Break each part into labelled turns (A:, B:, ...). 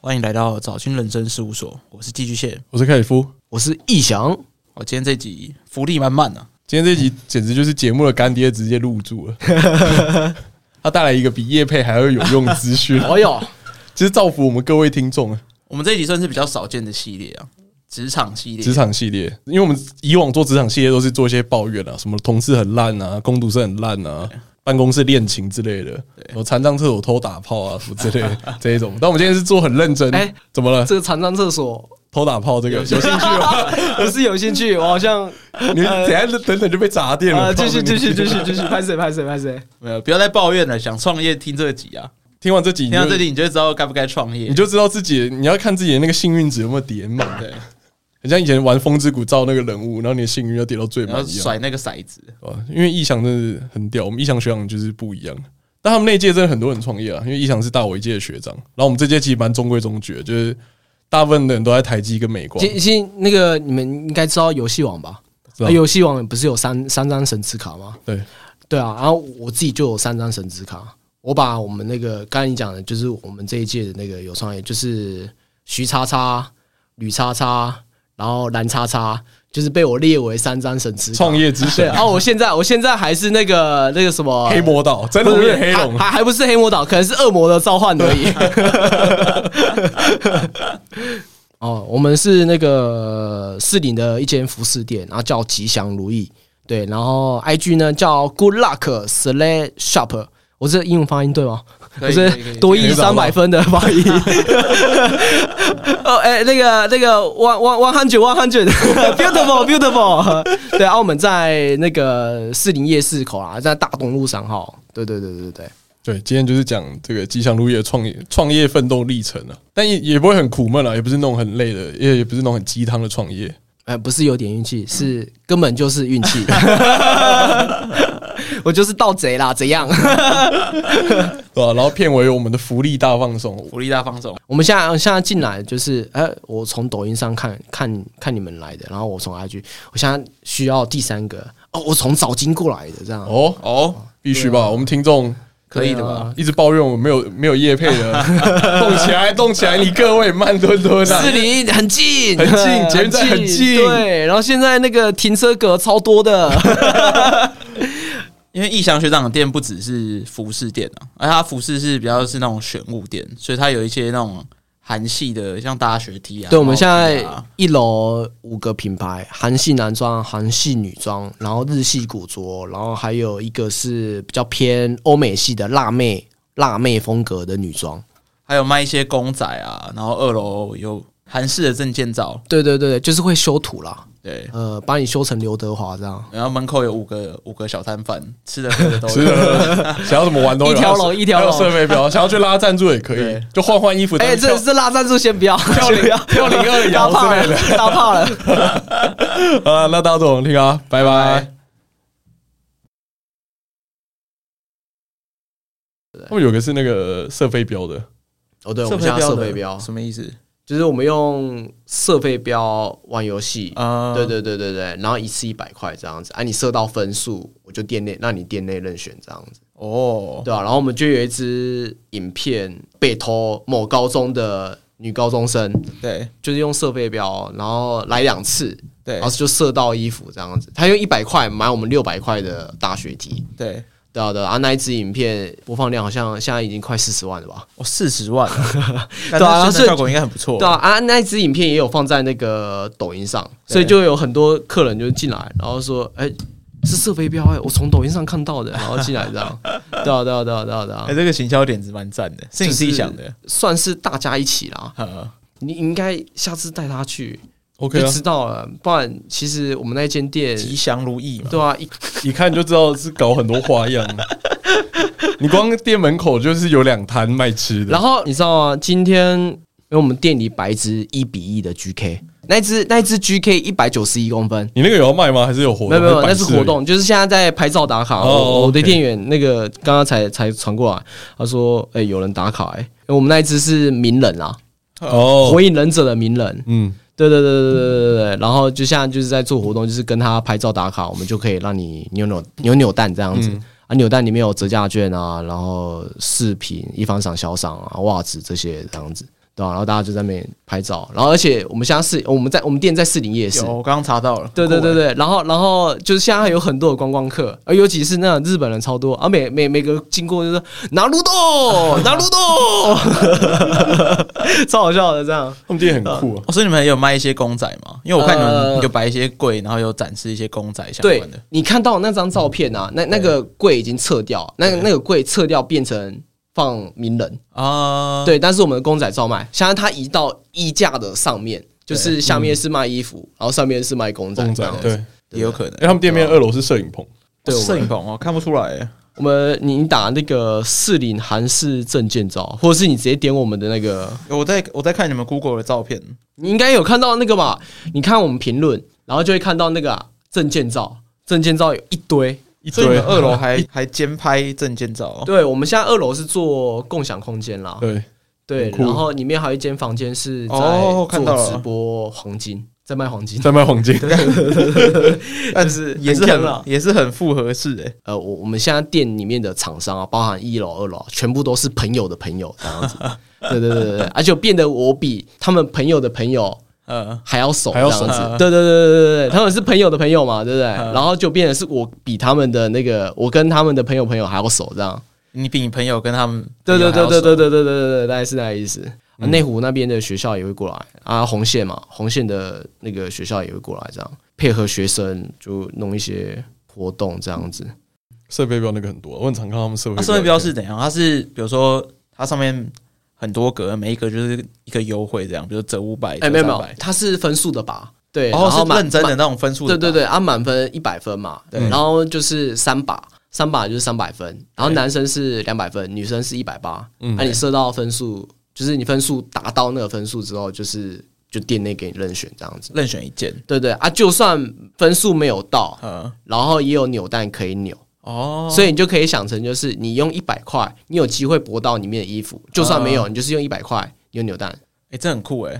A: 欢迎来到早清人生事务所，我是寄居蟹。
B: 我是凯里夫。
C: 我是易翔，
A: 哦，今天这集福利满满啊！
B: 今天这集简直就是节目的干爹直接入驻了， 他带来一个比叶配还要有用的资讯，
C: 哎呦，
B: 就是造福我们各位听众啊！
A: 我们这一集算是比较少见的系列啊，职场系列。
B: 职场系列，因为我们以往做职场系列都是做一些抱怨啊，什么同事很烂啊，工读生很烂啊，办公室恋情之类的，我残障厕所偷打炮啊什么之类的这一种。但我们今天是做很认真，
C: 哎
B: 怎么了？
C: 这个残障 厕所，
B: 偷打炮这个有兴趣吗？
C: 我是有兴趣，我好像
B: 你等下等等就被砸店
C: 啊，
B: 了。
C: 呃继续
B: 我告诉
C: 继
B: 你
C: 续继续继续，拍谁拍谁拍谁，
A: 没有，不要再抱怨了。想创业听这集啊，
B: 听完这集，你
A: 听到这
B: 就
A: 集你就知道该不该创业
B: 你。就知道自己你要看自己的那个幸运值有没有叠满。
A: 对，
B: 很像以前玩风之谷造那个人物，然后你的幸运要跌到最
A: 然
B: 满
A: 后
B: 一样。
A: 甩那个骰子，
B: 哇因为异想真的很屌，我们异想学长就是不一样。但他们那届真的很多人创业啊，因为异想是大我一届的学长，然后我们这届其实蛮中规中矩的，就是大部分的人都在台积跟美光，
C: 其其实那个你们应该知道游戏王吧？
B: 是吧
C: 啊游戏王不是有三三张神之卡吗？
B: 对，
C: 对啊，然后我自己就有三张神之卡，我把我们那个刚才你讲的，就是我们这一届的那个有创业，就是徐叉叉、吕叉叉，然后蓝叉叉，就是被我列为三张神之卡
B: 创。业之
C: 对，啊
B: 神，
C: 然后我现在我现在还是那个那个什么
B: 黑魔岛，真的
C: 不
B: 有
C: 是啊
B: 点黑龙
C: 还还还不是黑魔岛，可能是恶魔的召唤 而已。哦，我们是那个士林的一间服饰店，然后叫吉祥如意，对，然后 IG 呢叫 Good Luck Select Shop，我这英文发音对吗？
A: 可
C: 我
A: 以可以可
C: 是
A: 以
C: 多益三百分的发 音。哦，哎，那个那个 one one one hundred one hundred beautiful beautiful。对，澳门在那个士林夜市口啊，在大东路三号。对对对对对对。
B: 对，今天就是讲这个吉祥如意的创业创业奋斗历程啊，但也也不会很苦闷啊，也不是那种很累的，也也不是那种很鸡汤的创业。
C: 呃，不是有点运气，是根本就是运气。 我就是盗贼啦，怎样？
B: 对吧、然后片尾有我们的福利大放送，
A: 福利大放送，
C: 我们现在现在进来就是，呃，我从抖音上看看看你们来的，然后我从 IG，我现在需要第三个哦，我从早金过来的这样。
B: 哦哦，必须吧？我们听众
A: 可以的
C: 对
A: 吧
C: 啊？
B: 一直抱怨我们没有没有叶配的，动起来，动起来！你各位慢吞吞啊
C: 士！林很近，
B: 很近捷运站很近
C: 对，然后现在那个停车格超多的，
A: 因为义祥学长的店不只是服饰店啊，而他服饰是比较是那种选物店，所以他有一些那种韩系的，像大学 T 啊。
C: 对，我们现在
A: 帽 T 啊
C: 一楼五个品牌，韩系男装、韩系女装，然后日系古着，然后还有一个是比较偏欧美系的辣妹辣妹风格的女装。
A: 还有卖一些公仔啊，然后二楼有韩式的证件照，
C: 对对对对，就是会修图啦，
A: 对，
C: 呃，把你修成刘德华这样。
A: 然后门口有五个五个小摊贩， 吃的喝的都
B: 是
A: 有。
B: 的，想要怎么玩都有，
C: 一条龙
B: 还有
C: 一条龙
B: 还有设备表，想要去拉赞助也可以
A: 对，
B: 就换换衣服。
C: 哎、这这辣赞助先 不要，先不要，
B: 跳零二
C: 打
B: 摇
C: 怕
B: 之类
C: 了
B: 的，
C: 打怕了。
B: 啊，那大家懂听啊，拜拜
A: 拜。
B: 他们有个是那个射飞镖的，
C: 哦，对，我们 现在
A: 的
C: 设备标，
A: 什么意思？
C: 就是我们用设备标玩游戏，
A: 啊，
C: 对对对对对，然后一次一百块这样子，啊，你设到分数，我就店内让你店内任选这样子，
A: 哦，
C: 对啊，然后我们就有一支影片被偷，某高中的女高中生
A: 对
C: 就是用设备标，然后来两次，
A: 对
C: 然后就射到衣服这样子，她用一百块买我们六百块的大学 T，
A: 对，
C: 对啊对啊，啊那一支影片播放量好像现在已经快四十万了吧？
A: 我四十万啊，
C: 对啊
A: 但是宣传
C: 所以
A: 效果应该很不错。
C: 对啊，啊，那一支影片也有放在那个抖音上，所以就有很多客人就进来，然后说，哎、是射飞镖哎、我从抖音上看到的，然后进来 这样，对啊，对啊，对啊，对啊，对啊
A: 哎，，这个行销点子蛮赞的，是你自己想的。
C: 算是大家一起啦。
A: 呃
C: 你应该下次带他去
B: OK
C: 就
B: 啊，
C: 知道了，不然其实我们那间店，
A: 吉祥如意嘛，
C: 对啊，一
B: 一看就知道是搞很多花样。你光店门口就是有两摊卖吃的
C: 然，后你知道吗？今天因为我们店里摆一支一比一的 GK，那一只那一只 GK 一百九十一公分，
B: 你那个有要卖吗？还是有活动？
C: 没有没有，
B: 还
C: 那
B: 摆
C: 是
B: 设而已
C: 活。动，就是现在在拍照打卡。
B: 哦
C: 我我的
B: OK
C: 店员那个刚刚才才传过来，他说：“哎、有人打卡哎、因为我们那一只是鸣人啊，
B: 哦
C: 火，影忍者的鸣人。
B: 嗯，
C: 对对对对对对对对。然后就现在就是在做活动，就是跟他拍照打卡，我们就可以让你扭扭扭扭蛋这样子。
B: 嗯
C: 啊，扭蛋里面有折价券啊，然后饰品、一方赏、小赏啊、袜子这些这样子。对吧、然后大家就在那边拍照，然后而且我们现在是我们在我们店在士林夜市
A: 有，，我刚刚查到了，
C: 对对
A: 很酷
C: 对
A: 欸，
C: 对，然后然后就是现在有很多的观光客，而尤其是那种日本人超多啊，每每每个经过就是拿路豆，拿路豆， 超好笑的这样。
B: 他们店很酷啊，
A: 哦，所以你们也有卖一些公仔吗？因为我看你们
C: 呃
A: 有摆一些柜，然后有展示一些公仔相
C: 对
A: 关的。
C: 你看到那张照片啊，那那个柜已经撤掉，那那个柜撤掉变成放名人，
A: 啊，
C: 对，但是我们的公仔照卖，现在它移到衣架的上面，就是下面是卖衣服，然后上面是卖公仔，
B: 公
C: 这
B: 仔
C: 样子
B: 对，因
A: 也有可能
B: 为。他们店
C: 嗯
B: 面二楼是摄影棚，
C: 对
A: 哦
C: 我们
A: 摄影棚哦，看不出来欸。
C: 我们你你打那个四零韩式证件照，或者是你直接点我们的那个，
A: 我在我在看你们 Google 的照片，
C: 你应该有看到那个吧？你看我们评论，然后就会看到那个、啊、证件照，证件照有一堆。
B: 一
A: 所以你
B: 堆
A: 们二楼还还兼拍证件照哦。
C: 对，我们现在二楼是做共享空间啦，
B: 对，
C: 对，
B: 很酷
C: 然后里面还有一间房间是在
A: 哦
C: 做
A: 看到了
C: 直播黄金，在卖黄金。
B: 在卖黄金，
A: 但是也是
C: 很强啊
A: 很也是很复合式诶。
C: 呃，我我们现在店里面的厂商啊，包含一楼、二楼啊，全部都是朋友的朋友这 样子。对对对对对，而且变得我比他们朋友的朋友
A: 呃，
C: 还要熟，
B: 还要熟
C: 这样
A: 嗯
C: 子。对对对对对对，他们是朋友的朋友嘛，对不对？然后就变成是我比他们的那个，我跟他们的朋友朋友还要熟，这样。
A: 你比你朋友跟他们
C: 对对对
A: 朋友还要
C: 对
A: 熟
C: 对对对对对对，大概是那个意思。啊内湖那边的学校也会过来啊，红线嘛，红线的那个学校也会过来，这样配合学生就弄一些活动这样子。
B: 设备标那个很多，我很常看他们设备
C: 啊
A: 它上面标是怎样？它是比如说它上面很多格，每一格就是一个优惠这样，比如折五百，
C: 哎，没有没有
A: 300，
C: 它是分数的吧？对，然
A: 哦，
C: 后
A: 是
C: 满
A: 认真的那种分数的
C: 对
A: 吧，嗯
C: 对对，啊，满分一百分嘛，对，然后就是三把，三把就是三百分，然后男生是两百分，女生是一百八，
A: 嗯
C: 那你设到分数，就是你分数达到那个分数之后，就是就店内给你任选这样子，
A: 任选一件，
C: 对对啊，就算分数没有到，
A: 呃，
C: 然后也有扭蛋可以扭。
A: 哦，
C: 所以你就可以想成，就是你用一百块，你有机会博到里面的衣服；就算
A: 哦
C: 没有，你就是用一百块，你有扭蛋。
A: 哎，这很酷哎，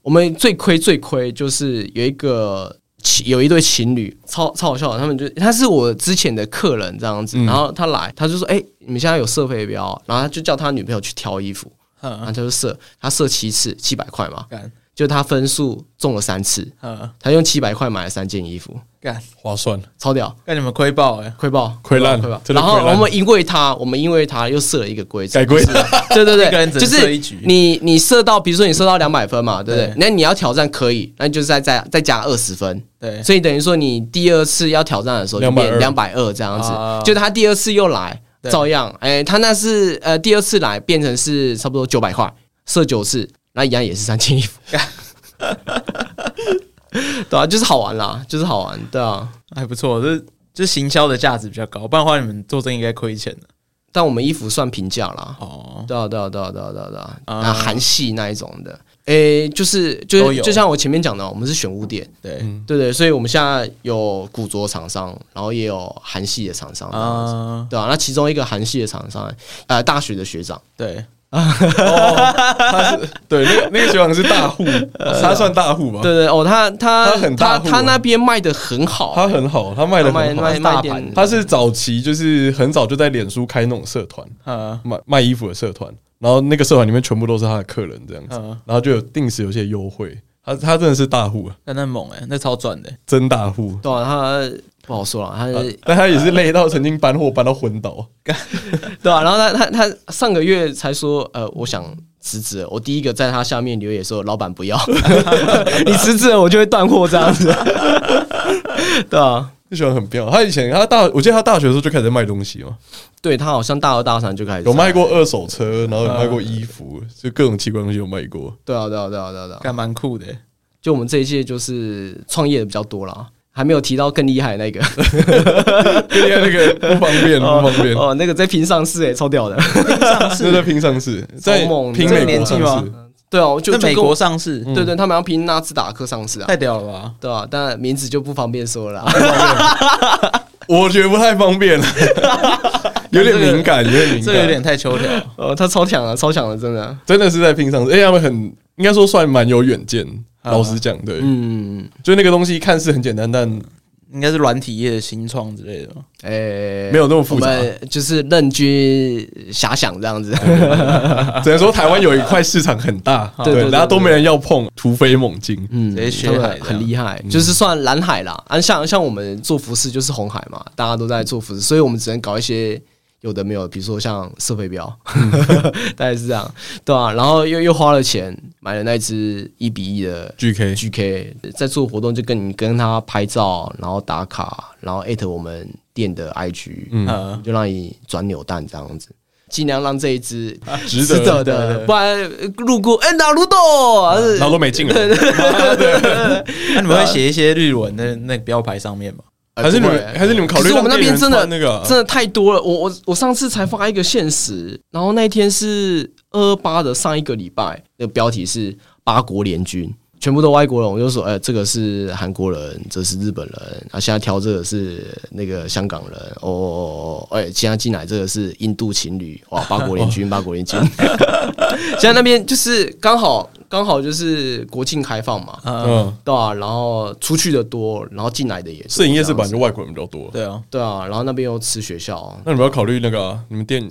C: 我们最亏最亏就是有一个情有一对情侣，超超好笑的，他们就他是我之前的客人这样子，
B: 嗯
C: 然后他来他就说，哎、你们现在有设备标，然后他就叫他女朋友去挑衣服，然
A: 嗯，
C: 后他就设他设七次七百块嘛，
A: 干，
C: 就他分数中了三次，
A: 嗯，
C: 他用七百块买了三件衣服，
A: 干，
B: 划算，
C: 超屌，
A: 干你们亏爆哎，
C: 亏爆。
B: 亏烂
C: 亏爆！
B: 真的
C: 然后
B: 亏
C: 我
B: 烂，
C: 们因为他，我们因为他又设了一个规则，
B: 改规
C: 对对
A: 一个
C: 对，
A: 人只
C: 就
A: 能设
C: 是
A: 一局
C: 你你射到，比如说你射到两百分嘛，对不对
A: 对？
C: 那你要挑战可以，那你就是再再再加二十分，
A: 对，
C: 所以等于说你第二次要挑战的时候就变两百二这样子
A: 啊，
C: 就他第二次又来，
A: 对
C: 照样，哎，他那是呃第二次来变成是差不多九百块，射九次，那一样也是三件衣服， 对啊，就是好玩啦，就是好玩，对啊。
A: 还不错，这这行销的价值比较高，不然的话你们做这应该亏钱的
C: 但我们衣服算平价啦，
A: 哦，
C: 对啊，对啊，对啊，对啊，对啊，对啊，
A: 啊
C: 啊，韩系那一种的，诶，就是
A: 都
C: 就
A: 有
C: 就像我前面讲的，我们是选物店，
A: 对，
C: 对对，所以我们现在有古着厂商，然后也有韩系的厂商，
A: 啊，
C: 对啊，那其中一个韩系的厂商，呃，大学的学长，
B: 哦
A: 对，
B: 对，那个那个学长是大户，他算大户吧？
C: 嗯对对哦，他他
B: 他很大
C: 他
B: 户啊
C: 他那边卖的很好，
B: 他很好，他卖的
C: 卖
B: 很好。
C: 卖
A: 他
C: 卖
A: 是大盘
C: 店，
B: 他是早期就是很早就在脸书开那种社团，
A: 呃，
B: 卖卖衣服的社团，然后那个社团里面全部都是他的客人这样子，
A: 嗯
B: 然后就有定时有些优惠。他他真的是大户，啊，
A: 干那猛哎，那超赚的，
B: 真大户。
C: 对啊，他不好说了，他是
B: 但他也是累到曾经搬货搬到昏倒，
C: 对啊，然后他他他上个月才说，呃，我想辞职了。我第一个在他下面留言说，老板不要， 你辞职了我就会断货这样子。 对啊，
B: 那学长很彪。他以前他大，我记得他大学的时候就开始在卖东西嘛，
C: 对他好像大二大三就开始
B: 有卖过二手车，然后有卖过衣服，就各种奇怪东西有卖过。
C: 对啊，对啊，对啊，对啊，对啊。
A: 干蛮酷的欸，
C: 就我们这一届就是创业的比较多啦，还没有提到更厉害的那个，
B: 对呀，那个 不方便，不方便。
C: 哦，那个在平上市诶、超屌的。
B: 那在拼上市，在
C: 猛的
B: 拼
C: 这
B: 美
C: 个
B: 国
A: 年纪
B: 上
A: 吗
B: 市，
C: 对啊，就
A: 在
C: 就
A: 美
C: 跟
A: 国
C: 我
A: 上市，
C: 对对，他们要拼纳斯达克上市啊，
A: 太屌了吧！
C: 对啊，但名字就不方便说了啦。
B: 我觉得不太方便了，有点敏感，有点敏感，
A: 这有点太秋条了，
C: 哦，他超强了，超强了，真的。
B: 真的是在拼上市，而且他们很应该说算蛮有远见。
A: 啊
B: 老实讲，对，
C: 嗯，
B: 就那个东西看似很简单，但
A: 应该是软体业的新创之类的吧。
C: 诶、
B: 没有那么复杂
C: 我们就是任君遐想这样子。
A: 哎
B: 只能说台湾有一块市场很大，
C: 对对
B: 对，
C: 对
B: 大家都没人要碰，突飞猛进。
C: 嗯，
A: 直接
C: 他
A: 学
C: 们
A: 海这
C: 很
A: 样嗯
C: 厉害，就是算蓝海啦。啊，像像我们做服饰就是红海嘛，大家都在做服饰，所以我们只能搞一些有的没有的，比如说像射飞镖， 大概是这样，对吧、然后又又花了钱买了那只一比一的
B: GK
C: GK，在做活动就跟你跟他拍照，然后打卡，然后艾特我们店的 IG，
A: 嗯，
C: 就让你转扭蛋这样子。尽量让这一只
B: 啊值得
C: 值得的，不然路过哎，哪路豆，
B: 呃然后都没进来，妈的
A: 那你们会写一些日文的那个标牌上面吗？
C: 呃
B: 还是你
C: 不
B: 们
C: 会
B: 还是你们考
C: 可
B: 虑
C: 是我
B: 让
C: 们那
B: 店
C: 边
B: 员
C: 真的
B: 穿那个啊
C: 真的太多了。我我我上次才发一个现实，然后那一天是二二八的上一个礼拜，那个标题是八国联军，全部都外国人。我就说，哎、这个是韩国人，这是日本人，啊，现在挑这个是那个香港人，哦哦哦，哦哎、现在进来这个是印度情侣，哇，八国联军，八国 联军。现在那边就是刚好刚好就是国庆开放嘛，
B: 嗯，
C: 对啊，然后出去的多，然后进来的也多
B: 摄影业是
C: 这样
B: 本来
C: 子
B: 就外国人比较多，
A: 对啊，
C: 对啊，然后那边又吃学校啊
B: 那你们要考虑那个啊你们店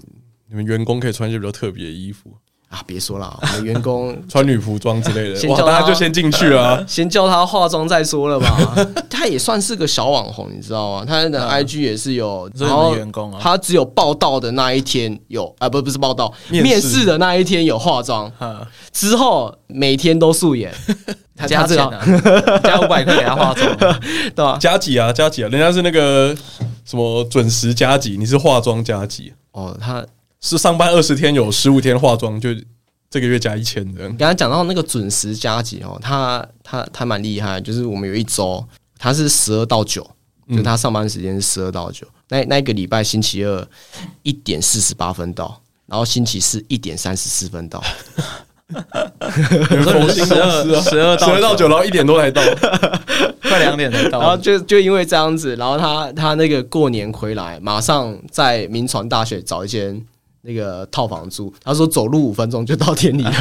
B: 你们员工可以穿一些比较特别的衣服，
C: 啊，别说了，我们 员工
B: 穿女服装之类的，
C: 先
B: 哇，
C: 叫
B: 大家
C: 他。
B: 就先进去啊
C: 先叫他化妆再说了吧。他也算是个小网红，你知道吗？他的 IG 也是有，
A: 啊所以
C: 然
A: 你们
C: 后
A: 员工啊
C: 他只有报道的那一天有啊，不不是报道，
B: 面试
C: 面试的那一天有化妆，
A: 嗯
C: 之后每天都 素颜。他
A: 加
C: 他这
A: 钱
C: 个
A: 啊，加五百块给他化妆，啊
C: 对吧？
B: 加几啊，加几啊，人家是那个什么准时加几，你是化妆加几，
C: 哦，他
B: 是上班二十天有十五天化妆，就这个月加一千的。
C: 刚刚讲到那个准时加急哦，他他他蛮厉害，就是我们有一周他是十二到九，就是他上班时间是十二到九、那那一个礼拜星期二一点四十八分到，然后星期四一点三十四分到，
B: 有
A: 说你
B: 佛
A: 是
B: 心公司啊，
A: 12 12到
B: 十二到九，然后一点多才到，
A: 快两点才
C: 然后
A: 到。
C: 就就因为这样子，然后他他那个过年回来，马上在民传大学找一间。那个套房住，他说走路五分钟就到店里了，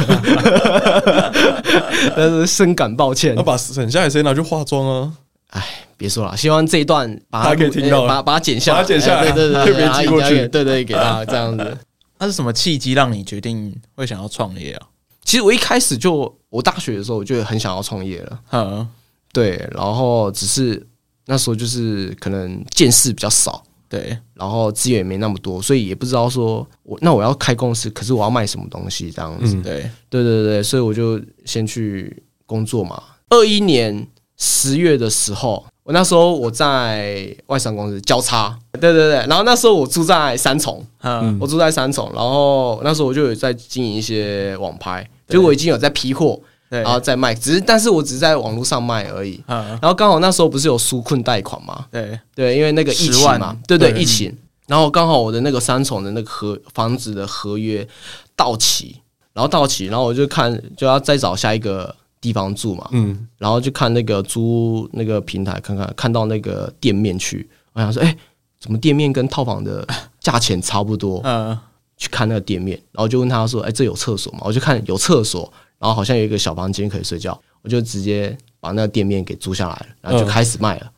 C: 但是深感抱歉
B: 那。把省下来时间拿去化妆啊。
C: 哎，别说了，希望这一段把它
B: 大家可以听到
C: 哎把把它剪下来，
B: 把它剪下来
C: 哎 对对对，
B: 特别
C: 然后
B: 寄过去
C: 给对对，给他这 样子。
A: 那是什么契机让你决定会想要创业啊？
C: 其实我一开始就，我大学的时候我就很想要创业了，
A: 嗯，
C: 对，然后只是那时候就是可能见识比较少，
A: 对，
C: 然后资源也没那么多，所以也不知道说我那我要开公司，可是我要卖什么东西这样子。
B: 嗯
A: 对，
C: 对对对，所以我就先去工作嘛。二一年十月的时候，我那时候我在外商公司交叉，对对对，然后那时候我住在三重，
A: 嗯，
C: 我住在三重，然后那时候我就有在经营一些网拍，就我已经有在批货，
A: 对
C: 然，后再卖，只是但是我只是在网络上卖而已。
A: 嗯，
C: 然后刚好那时候不是有纾困贷款嘛，
A: 对，
C: 对，因为那个疫
A: 10
C: 情
A: 万
C: 嘛，对对，
B: 对
C: 疫情。然后刚好我的那个三重的那个合房子的合约到期，然后到期，然后我就看就要再找下一个地方住嘛，
B: 嗯，
C: 然后就看那个租那个平台，看看看到那个店面去，我想说，哎，怎么店面跟套房的价钱差不多？
A: 嗯，
C: 去看那个店面，然后就问他说：“哎、这有厕所吗？”我就看有厕所，然后好像有一个小房间可以睡觉，我就直接把那个店面给租下来了，然后就
B: 嗯
C: 开始卖了。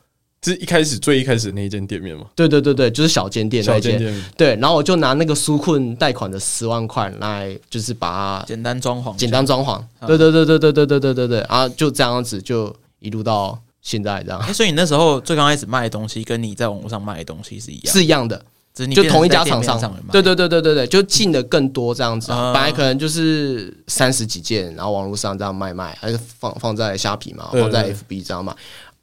B: 这是一开始最一开始那一间店面嘛，
C: 对对对对，就是小间店那
B: 小
C: 一
B: 间
C: 间。
B: 店，
C: 对，然后我就拿那个纾困贷款的十万块来，就是把它
A: 简单装潢，
C: 简单装潢。对对对对对对对对对对，然后就这样子就一路到现在这样
A: 哎、，所以你那时候最刚开始卖的东西，跟你在网络上卖的东西是一样，
C: 是一样的，
A: 只是你
C: 就
A: 变成
C: 同一
A: 在
C: 家
A: 店
C: 厂
A: 面
C: 商
A: 上面。卖
C: 对对对对对对，就进的更多这样子啊。
A: 啊
C: 本来可能就是三十几件，然后网络上这样卖卖，还是放放在虾皮嘛，
B: 对
C: 放在
B: 对
C: FB 这样卖。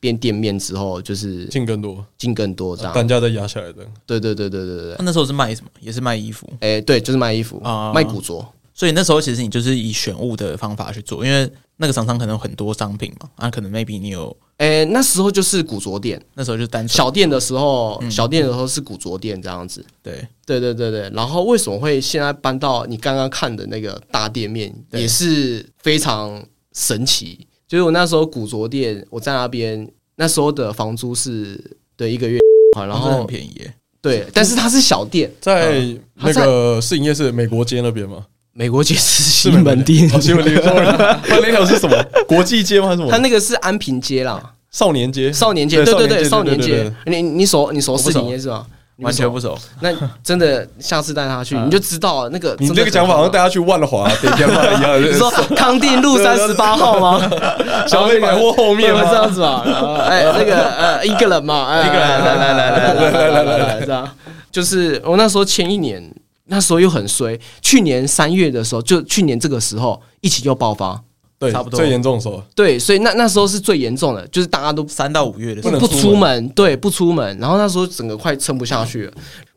C: 变店面之后，就是
B: 进更多，
C: 进更多这样。
B: 单价再压下来的。
C: 对对对对对对对
A: 那，那时候是卖什么？也是卖衣服。
C: 哎，对，就是卖衣服
A: 啊，
C: 卖古着。
A: 所以那时候其实你就是以选物的方法去做，因为那个厂商可能有很多商品嘛，啊，可能 maybe 你有
C: 哎，那时候就是古着店，
A: 那时候就单纯
C: 小店的时候，小店的时候是古着店这样子。
A: 对
C: 对对对对，然后为什么会现在搬到你刚刚看的那个大店面，
A: 对
C: 也是非常神奇。就是我那时候古着店，我在那边那时候的房租是对一个月，好，然
A: 哦真的很
C: 后
A: 便宜耶，
C: 对，但是它是小店，
B: 在
C: 它
B: 那
C: 在
B: 个试营业是美国街那边嘛，
C: 美国街是
B: 是
C: 西
B: 美国
C: 门町
B: 街，哦，西门町，sorry，那那条是什么？国际街吗？还是什么？
C: 它那个是安平街啦，
B: 少年街，
C: 少年街，对对对，少年
B: 对
C: 街
B: 对，
C: 你你熟你熟
A: 不
C: 四
A: 熟
C: 零街是吧？你不
A: 完全
C: 熟
A: 不熟。
C: 那真的，下次带他去，你就知道了那个。
B: 你这个讲法好像带
C: 家，
B: 他去万华啊 北天饭一样，就
C: 你
B: 是
C: 说康定路三十八号吗？
B: 小北百货后面啊
C: 对
B: 吗
C: 这样子吧。然后哎，那个呃，一个人嘛，哎
A: 一个人来来来来
C: 来来来来来，这样。就是我那时候前一年，那时候又很衰，去年三月的时候，就去年这个时候，疫情又爆发。
B: 对，
A: 差不多
B: 最严重的时候，
C: 对，所以那那时候是最严重的，就是大家都
A: 三到五月的时
B: 不
A: 候，
B: 能
C: 不
B: 出
C: 出
B: 门
C: 门，对，不出门。然后那时候整个快撑不下去了，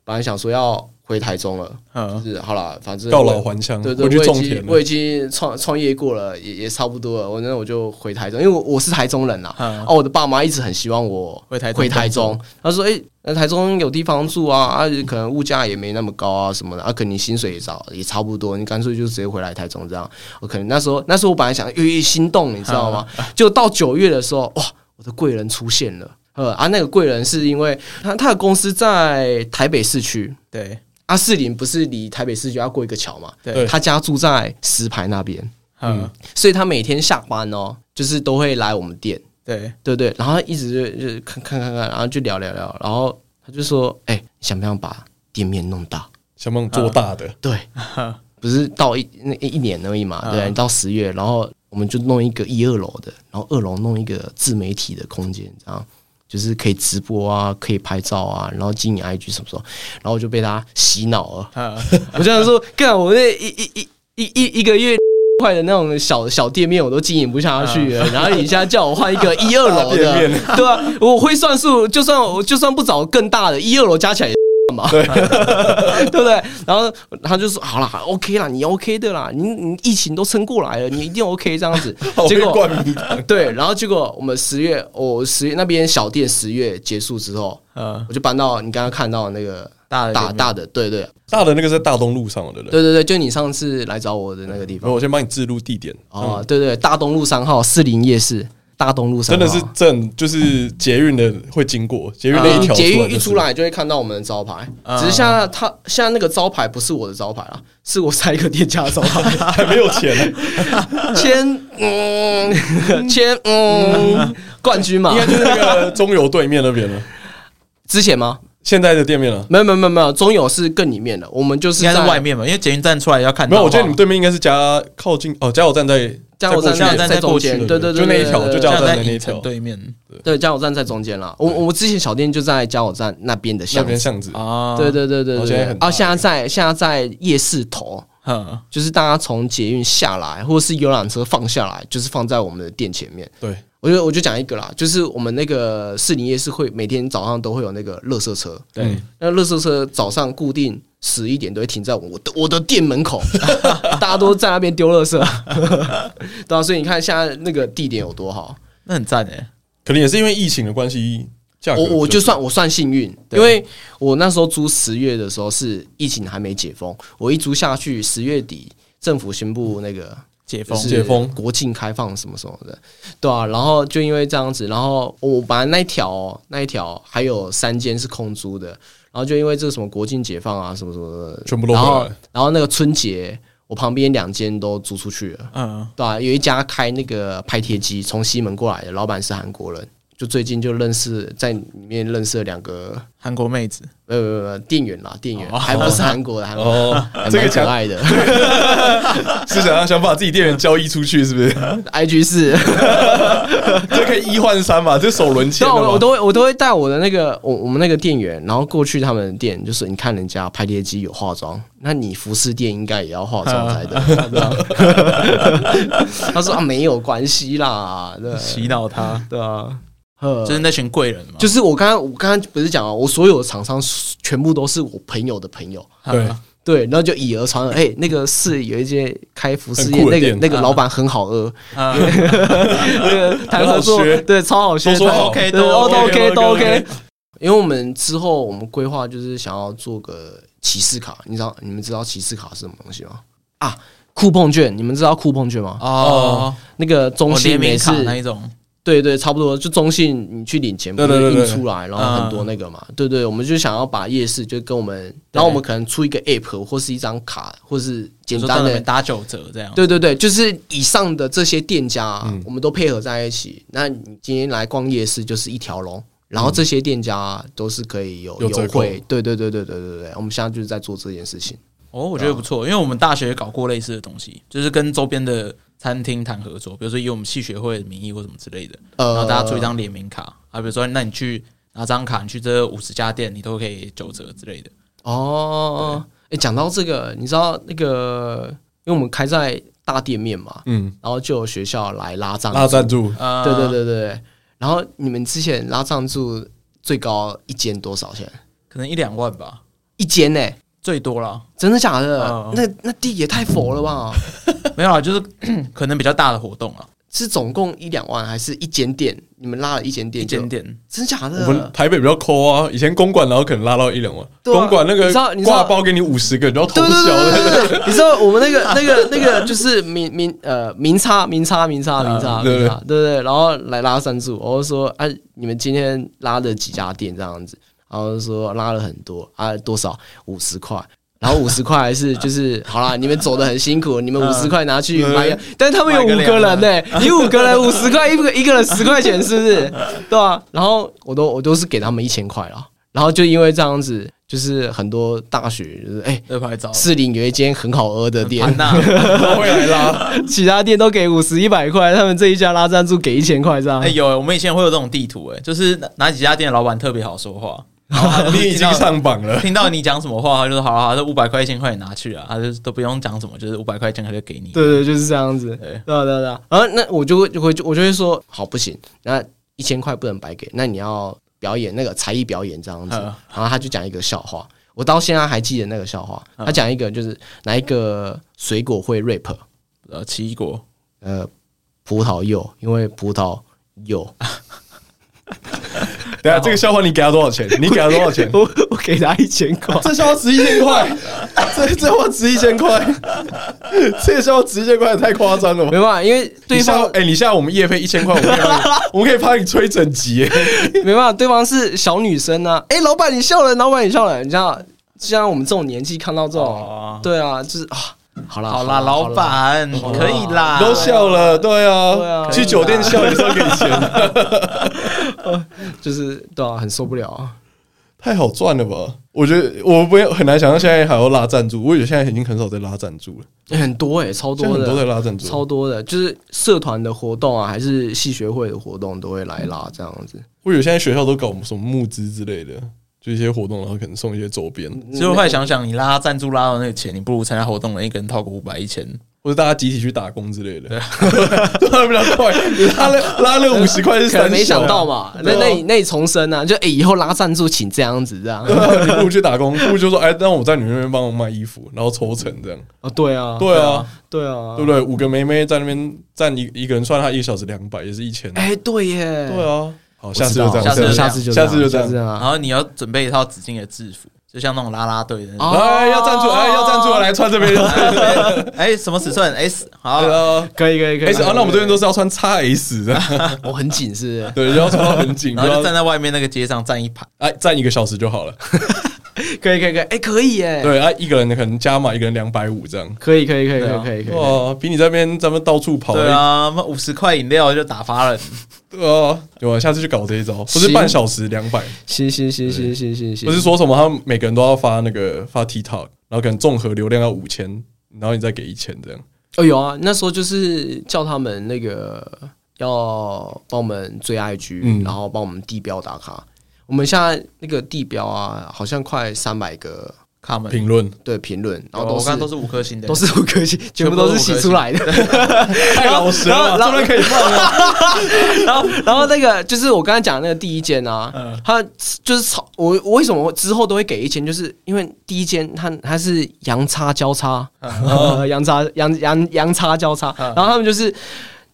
C: 本来想说要回台中了，
A: 嗯，
C: 是好了，反正
B: 啊告
C: 我
B: 老还乡，
C: 对对，
B: 回去
C: 我
B: 种
C: 已
B: 田啊
C: 经
B: 了
C: 我已经创创业过了，也也差不多了。我那我就回台中，因为我我是台中人啦。
A: 嗯
C: 啊，我的爸妈一直很希望我
A: 回台中
C: 回台中。他说：“哎、那台中有地方住啊，啊，可能物价也没那么高啊什么的，啊，可能你薪水也少，也差不多，你干脆就直接回来台中这样。”我可能那时候那时候我本来想有点心动，你知道吗？
B: 啊
C: 就到九月的时候，哇，我的贵人出现了。呃啊，那个贵人是因为他他的公司在台北市区，
A: 对
C: 阿啊士林不是离台北市区要过一个桥嘛？
A: 对，
C: 他家住在石牌那边，
A: 嗯
C: 所以他每天下班哦，就是都会来我们店，
A: 对，
C: 对不对？然后一直就就看看看看，然后就聊聊聊，然后他就说：“哎、你想不想把店面弄大
B: 想帮我
C: 啊
B: 做大的？”，
C: 对，不是到一那一年而已嘛，
A: 嗯
C: 对，到十月，然后我们就弄一个一二楼的，然后二楼弄一个自媒体的空间，这样。就是可以直播啊，可以拍照啊，然后经营 IG 什么什么，然后我就被他洗脑了，
A: 嗯
C: 我这样说，干我那一一一一一一个月 块的那种小小店面，我都经营不下去了。然后你现在叫我换一个一二楼
B: 大店
C: 的，对啊，我会算数，就算我就算不找更大的，一二楼加起来也 嘛，对不对？然后他就说好啦，OK 啦，你 OK 的啦，你你疫情都撑过来了，你一定 OK 这样子
B: 好。
C: 结
B: 会
C: 果
B: 冠名堂，
C: 对，然后结果我们十月，我十月那边小店十月结束之后，
A: 嗯，
C: 我就搬到你刚刚看到的那个
A: 大的
C: 大
A: 店面
C: 大的，对对，
B: 大的那个是在大东路上的，对不对？
C: 对对对，就你上次来找我的那个地
B: 然后
C: 方
B: 我先帮你置入地点，
C: 哦，对对，大东路三号四林夜市，大东路三
B: 真
C: 号
B: 的是正就是捷运的会经过，捷运
C: 呃
B: 那一条
C: 捷运
B: 就是
C: 一出，来就会看到我们的招牌，只是现在它现在那个招牌不是我的招牌啦，是我下一个店家的招牌，
B: 还 没有钱呢，
C: 签嗯签嗯冠军 嘛
B: 啊应，该就是那个中油对面那边啊
C: 啊
B: 了，
C: 之前吗？
B: 现在的店面了。
C: 没有没有没有没有，中友是更里面的，我们就是
A: 应该是
C: 在
A: 外，面嘛，因为捷运站出来要看
B: 没
A: 到。
B: 有，我觉得你们对面应该是加靠近哦，加油站在
C: 加油
B: 在过
C: 站
B: 去
A: 加油
C: 在
A: 站
C: 在
A: 在
C: 中
A: 过去
C: 间，
A: 的
C: 对对对，
B: 就那一
C: 对
B: 条
C: 对
B: 就
C: 对
B: 叫
A: 加油
B: 站的
A: 站
B: 那一
A: 影城
B: 条
A: 对面
C: 对加油站在中间啦。我我之前小店就在加油站那边的
B: 那
C: 巷子
B: 边。巷子，
A: 啊
C: 对，对对对
B: 哦
C: 对
B: 现在
C: 对
B: 很，大
C: 啊，现在在现在在夜市头，
A: 嗯，
C: 就是大家从捷运下来，或者是游览车放下来，就是放在我们的店前面。
B: 对，
C: 我就我就讲一个啦，就是我们那个士林夜市会每天早上都会有那个垃圾车，
A: 对
B: 嗯，
C: 那垃圾车早上固定十一点都会停在我的我的店门口， 大家都在那边丢垃圾， 对啊，所以你看现在那个地点有多好，
A: 那很赞哎，
B: 可能也是因为疫情的关系，价格
C: 我我就算我算幸运，因为我那时候租十月的时候是疫情还没解封，我一租下去，十月底政府宣布那个
A: 解
C: 就
A: 封
C: 是
B: 解封
C: 国境开放什么什么的，对啊，然后就因为这样子，然后我本来那一条哦那一条还有三间是空租的，然后就因为这个什么国境解放啊什么什么的，
B: 全部都回
C: 然
B: 来
C: 后
B: 了
C: 然后那个春节我旁边两间都租出去了。
A: 嗯，
C: 对啊，有一家开那个拍贴机，从西门过来的，老板是韩国人，就最近就认识在里面认识了两个
A: 韩国妹子，
C: 呃店员啦，店员、还不是韩国的，韩国人
B: 哦
C: 还，
B: 这个
C: 蛮可
B: 想
C: 爱的
B: 是 想要想把自己店员交易出去，是不是？
C: ，IG 是，
B: 这可以一换三嘛？这首轮签
C: 对啊，
B: 的嘛
C: 我我都会我都会带我的那个我我们那个店员，然后过去他们的店，就是你看人家拍贴机有化妆，那你服饰店应该也要化 妆才对。他说啊没有关系啦， 对
A: 洗脑他，
C: 对啊，呵
A: 嗯呃就是那群贵人嘛，
C: 就是我刚刚我刚刚不是讲啊，我所有的厂商全部都是我朋友的朋友，
B: 对
C: 对，然后就以讹传讹，哎、那个是有一间开服饰
B: 很
C: 店，
B: 酷的
C: 那个
B: 店
C: 那个老板很 好讹，
A: 啊，
C: 那个谈合
B: 很好
C: 作
B: 学
C: 对超好学，
B: 都说
C: 对
B: 好
C: 对
A: OK
C: 都
A: 都
C: OK 都
A: OK，
C: OK。因为我们之后我们规划就是想要做个骑士卡，你知道你们知道骑士卡是什么东西吗？啊，酷碰券，你们知道酷碰券吗？
A: 哦，
C: 那个中
A: 我
C: 信
A: 联
C: 每
A: 名卡
C: 次
A: 那一种，
C: 对对，差不多。就中信你去领钱，不
B: 对对
C: 是
B: 对
C: 印
B: 对
C: 出来，然后很多那个嘛，对对。我们就想要把夜市就跟我们，然后我们可能出一个 app 或是一张卡，或是
A: 比
C: 简
A: 如说
C: 单
A: 到那
C: 的
A: 边打九折这样。
C: 对对对，就是以上的这些店家、啊，我们都配合在一起。那你今天来逛夜市就是一条龙，然后这些店家、啊、都是可以有
B: 有折
C: 优
B: 扣
C: 惠。对对对对对对对，我们现在就是在做这件事情。
A: 哦，我觉得不
C: 啊
A: 错，因为我们大学也搞过类似的东西，就是跟周边的餐厅谈合作，比如说以我们系学会的名义或什么之类的，
C: 呃
A: 然后大家出一张联名卡啊，比如说那你去拿张卡，你去这五十家店，你都可以九折之类的。
C: 哦，哎，讲到这个，你知道那个，因为我们开在大店面嘛，
B: 嗯，
C: 然后就有学校来拉赞助
B: 拉赞助
A: 呃，
C: 对对，对对对。然后你们之前拉赞助最高一间多少钱？
A: 可能一两万吧，
C: 一间呢、
A: 最多啦。
C: 真的假的？
A: 嗯
C: 那那地也太佛了吧！
A: 没有啦，就是 可能比较大的活动啦，
C: 是总共一两万，还是一间店？你们拉了一间
A: 一
C: 店就，
A: 间店。
C: 真假的？
B: 我们台北比较抠啊，以前公馆然后可能拉到一两万，
C: 对啊
B: 公馆那
C: 你
B: 个
C: 知道你知道
B: 挂包给你五十个，然后偷
C: 对对
B: 笑
C: 对
B: 的，
C: 对对对， 你知道我们那个那个那个就是民民呃民差民差民差民差
B: 嗯对
C: 民差，对对，然后来拉赞助，我就说啊，你们今天拉了几家店这样子，然后就说拉了很多啊，多少五十块。然后五十块还是就是好啦，你们走的很辛苦，你们五十块拿去买个，但是他们有五
A: 买个
C: 个
A: 凉
C: 人
A: 啊
C: 呢、你五个人五十块，一个一个人十块钱，是不是？对啊，然后我都我都是给他们一千块了，然后就因为这样子，就是很多大学就是哎、
A: 对拍照，
C: 士林有一间很好喝的
A: 盘
C: 店，
A: 呐，
B: 都会来拉。
C: 其他店都给五十一百块，他们这一家拉赞助给一千块这样
B: 嗯
A: 哎、。有、我们以前会有这种地图、哎，就是哪哪几家店的老板特别好说 话，然后他就
B: 你已经
A: 听到
B: 上榜了，
A: 听到你讲什么话，他就说好了、好了，这五百块一千块你拿去啊，他就都不用讲什么，就是五百块一千块就给你。
C: 对对，就是这样子。对
A: 对
C: 啊对啊对啊。然后那我就会就会我就会说，好不行，那一千块不能白给，那你要表演那个才艺表演这样子。
A: 嗯
C: 然后他就讲一个笑话，我到现在还记得那个笑话。他讲一个就是哪一个水果会 rap，
A: 呃，奇异果，
C: 呃，葡萄柚，因为葡萄柚。？
B: 等一下这个笑话你给他多少 钱？你给他多少钱
C: 我 我给他一千块。
B: 这笑话值一千块， 这这话值一千块，这个笑话值一千块也太夸张了吧
C: 没？办法，因为对
B: 你下
C: 方
B: 哎、你下午我们夜费一千块，我们可以帮 你我们可以帮你吹整集、哎
C: 没办法，对方是小女生啊。哎、老板你笑了，老板你笑了，你知道，像我们这种年纪看到这种，
A: 哦
C: 对啊，就是啊，好啦
A: 好啦，老，板
C: 好啦
A: 可以啦，
B: 都笑了，对啊，
C: 对啊
B: 去酒店笑也是要给钱的，
C: 啦就是对啊，很受不了啊。
B: 太好赚了吧？我觉得我不要很难想象现在还要拉赞助，我觉得现在已经很少在拉赞助了，
C: 欸很多哎、超
B: 现在
C: 多
B: 很多在
C: 的，
B: 拉赞助，
C: 超多的，就是社团的活动啊，还是系学会的活动都会来拉这样子。
B: 或者现在学校都搞什么募资之类的，就一些活动，然后可能送一些周边，
C: 嗯
A: 其实我后来想想，你拉赞助拉到那个钱，你不如参加活动，人一个人掏个五百一千，
B: 或者大家集体去打工之类的， 都还比较快，拉了拉了五十块是
C: 可
B: 三，
C: 能没想到，嘛，那
B: 对啊
C: 那你那你重生啊，就哎、欸以后拉赞助请这样子这样。
B: 啊你不如去打工，不如就说哎，让我在你们那边帮我卖衣服，然后抽成这样，
C: 哦，对啊，
B: 对啊。
C: 对啊
B: 对，不对？五个妹妹在那边站一一个人，算她一个小时两百，也是一千。
C: 哎、对耶，
B: 对啊，好，
C: 我
B: 下次
C: 知
B: 就
C: 道，
B: 这样，
A: 下次就
C: 下
A: 下
C: 次
B: 次就
C: 就这
B: 这
C: 样
B: 样
C: 下次
A: 然
C: 啊。
A: 后你要准备一套指定的制服，就像那种啦啦队的那种。
C: 哦
B: 哎，要站出来，要站出来，来穿这边。
A: 哎，什么尺寸？S 好，
B: 对啊
C: 可以可以可以
B: ，S 啊，那我们这边都是要穿 x S 的，
C: 我很紧是
B: 对，就要穿到很紧，
A: 然后就
B: 就
A: 站
B: 要
A: 在外面那个街上站一排。
B: 哎站一个小时就好了。
C: 不是，可以可以可以，哎、可以耶，
B: 对啊，一个人可能加码，一个人两百五这样。
C: 可以可以可以可
A: 对
C: 以
A: 啊
C: 可以可以，
B: 哇，比你这边咱们到处跑，哎
A: 对啊，那五十块饮料就打发了。
B: 对啊，对啊，下次去搞这一招，不是
C: 行
B: 半小时两百，
C: 行行行行行行行，
B: 不是说什么他们每个人都要发那个发 TikTok，然后可能综合流量要五千，然后你再给一千这样。
C: 哦有啊，那时候就是叫他们那个要帮我们追 IG，、
B: 嗯
C: 然后帮我们地标打卡。我们现在那个地标啊，好像快三百个
A: 卡门，
B: 评论
C: 对评论，然
A: 哦
C: 后都
A: 我
C: 是
A: 刚刚都是五颗星的，
C: 都是五颗星，全部
A: 部都
C: 都
A: 是
C: 是
A: 五颗
C: 洗
A: 星
C: 出来的。
B: 太老实了吧，
C: 然
B: 这
C: 后
B: 边可以放吗？
C: 然后， 然后那个就是我刚才讲的那个第一间
B: 嗯
C: 啊，他就是超我我为什么之后都会给一间，就是因为第一间它它是羊叉交叉，
B: 嗯
C: 呃羊叉羊羊羊叉交叉，然后他们就是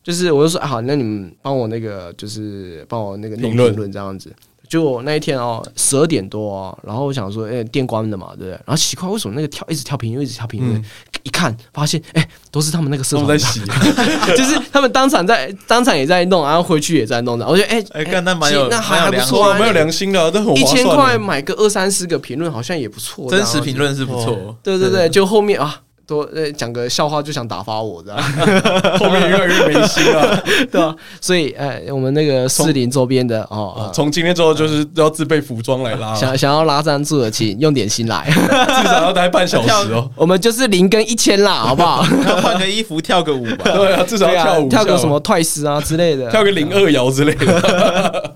C: 就是我就说啊好，那你们帮我那个就是帮我那个弄
B: 评论
C: 评论这样子，就我那一天哦，十二点多啊，然后我想说，哎、店关了嘛，对不对？然后奇怪，为什么那个跳一直跳频率，一直跳频率？一看发现，哎、都是他们那个社
B: 他嗯
C: 团
B: 们在洗，
C: 就是他们当场在当场也在弄，然后回去也在弄的。我觉得哎
A: 哎干那蛮有
C: 其实那还
A: 蛮有
C: 还不
A: 良心
C: 错
B: 哇，
C: 啊，
B: 蛮有良心的啊，这很
C: 一
B: 划
C: 千
B: 算
C: 块
B: 欸。
C: 买个二三十个评论，好像也不错。
A: 真实评
C: 论，
A: 论是不错，
C: 对对对，就后面啊。多呃讲个笑话就想打发我这 样，
B: 后面越来越没心了。
C: 对吧、所以呃，我们那个士林周边的哦，
B: 啊
C: 呃
B: 从今天之后就是要自备服装来拉了，至
C: 想想要拉赞助的，请用点 心来，
B: 少要待半小时 哦。
C: 我们就是零跟一千啦，好 不好？
A: 要换个衣服跳个舞吧。
B: 对啊，至少
C: 对
B: 要
C: 啊
B: 跳舞，，
C: 跳个什么泰斯啊之类的，
B: 跳个零二摇之类 的。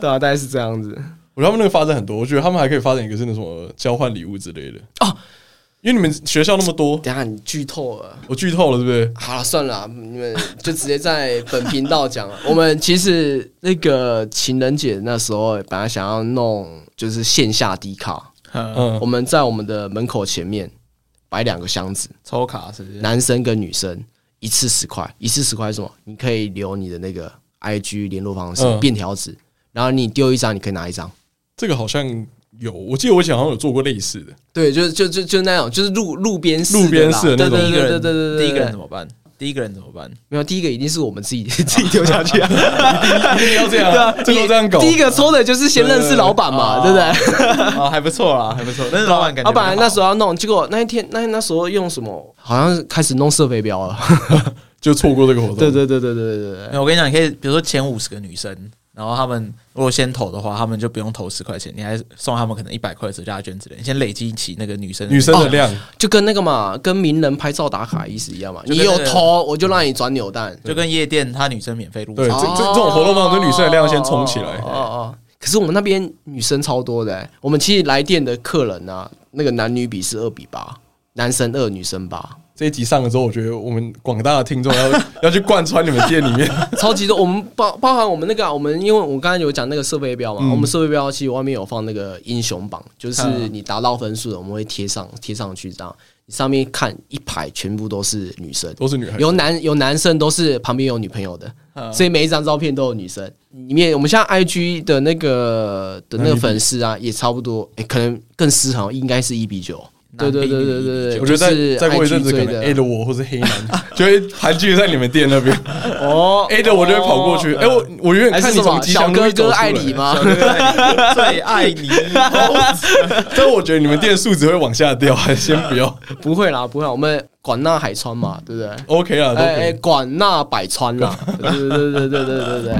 C: 对啊，大概是这样子。
B: 我觉得他们那个发展很多，我觉得他们还可以发展一个真的什么交换礼物之类的哦。因为你们学校那么多，
C: 等一下你剧透了。
B: 我剧透了，对不对？
C: 好了，算了啊，你们就直接在本频道讲啊了。我们其实那个情人节那时候本来想要弄就是线下低卡，
A: 嗯，
B: 嗯
C: 我，们在我们的门口前面摆两个箱子，
A: 抽卡是不是？
C: 男生跟女生一次十块，一次十块是什么？你可以留你的那个 IG 联络方式、
B: 嗯
C: 便条纸，然后你丢一张，你可以拿一张。
B: 这个好像有，我记得我以前好像有做过类似的。
C: 对，就就就就那种，就是路路边式的啦
B: 路边式的那
C: 对
A: 第一
B: 种
C: 对
A: 个
C: 对
A: 人，
C: 对对对，
A: 第一个人
C: 对
A: 怎么办？第一个人怎么办？
C: 没有第一个一定是我们自己 自己丢下去啊。
B: 一定要这
C: 对 啊
B: 样，，这个这样搞。
C: 第一个抽的就是先认识老板嘛，
A: 对
C: 对不
A: 对
C: 对？
A: 啊，还不错啦，还不错。但是老板
B: 哦
A: 感觉
C: 老板啊那时
A: 候
C: 候要弄，结果那一天那那时候用什么？好像是开始弄射飞 镖了。
B: 就错过这个活动。
C: 对对对对对对对，
A: 哎我跟你讲，你可以比如说前五十个女生，然后他们如果先投的话，他们就不用投十块钱，你还送他们可能一百块折价券之类，你先累积起那个女生哦
B: 女生的量，
C: 就跟那个嘛，跟名人拍照打卡意思一样嘛。
A: 就
C: 你
A: 跟那
C: 有
A: 个
C: 投，我就让你转扭蛋。
A: 就跟夜店他女生免费入
B: 对
A: 场，
B: 这这这种活动方式女生的量先冲起来
C: 哦哦哦哦。可是我们那边女生超多的欸，我们其实来电的客人啊，那个男女比是二比八，男生二，女生八，
B: 这一集上了之后，我觉得我们广大的听众要 要去贯穿你们店里 面。
C: 超级多。我们包包含我们那个啊、我们因为我刚才有讲那个设备标嘛，
B: 嗯
C: 我们设备标其实外面有放那个英雄榜，就是
A: 嗯
C: 你达到分数的，我们会贴上贴上去，这样你上面看一排全部都是女生，
B: 都是女孩子
C: 有男有男生都是旁边有女朋友的，
A: 嗯
C: 所以每一张照片都有女生。里面我们现在 IG 的那个的那个粉丝啊，也差不多，诶可能更失衡，应该是一比九。对
A: 男
C: 对
A: 比
C: 对
A: 女
C: 对对对，
B: 我觉得
C: 就是
B: 再再过一
C: IG
B: 阵子，可
C: 追
B: 能
C: 的
B: A 的我或是黑男 就会盘踞在你们店那边
C: 哦
B: ，A 的我就会跑过去。哎，我我远远
C: 还
B: 看
C: 是
B: 你
C: 什
B: 从
C: 么
B: 吉
C: 小
B: 祥路
C: 哥
B: 一走
C: 哥
B: 出
C: 爱
B: 来
C: 你吗？
B: 啊
A: 最爱你。
B: 但我觉得你们店数值会往下掉， 还先不要。
C: 不会啦，不会啦，我们广纳海川嘛，对不对？
B: OK 啊啦，都
C: 哎
B: 可
C: 哎，
B: 以。
C: 广纳百川啦，对对对对对对对对。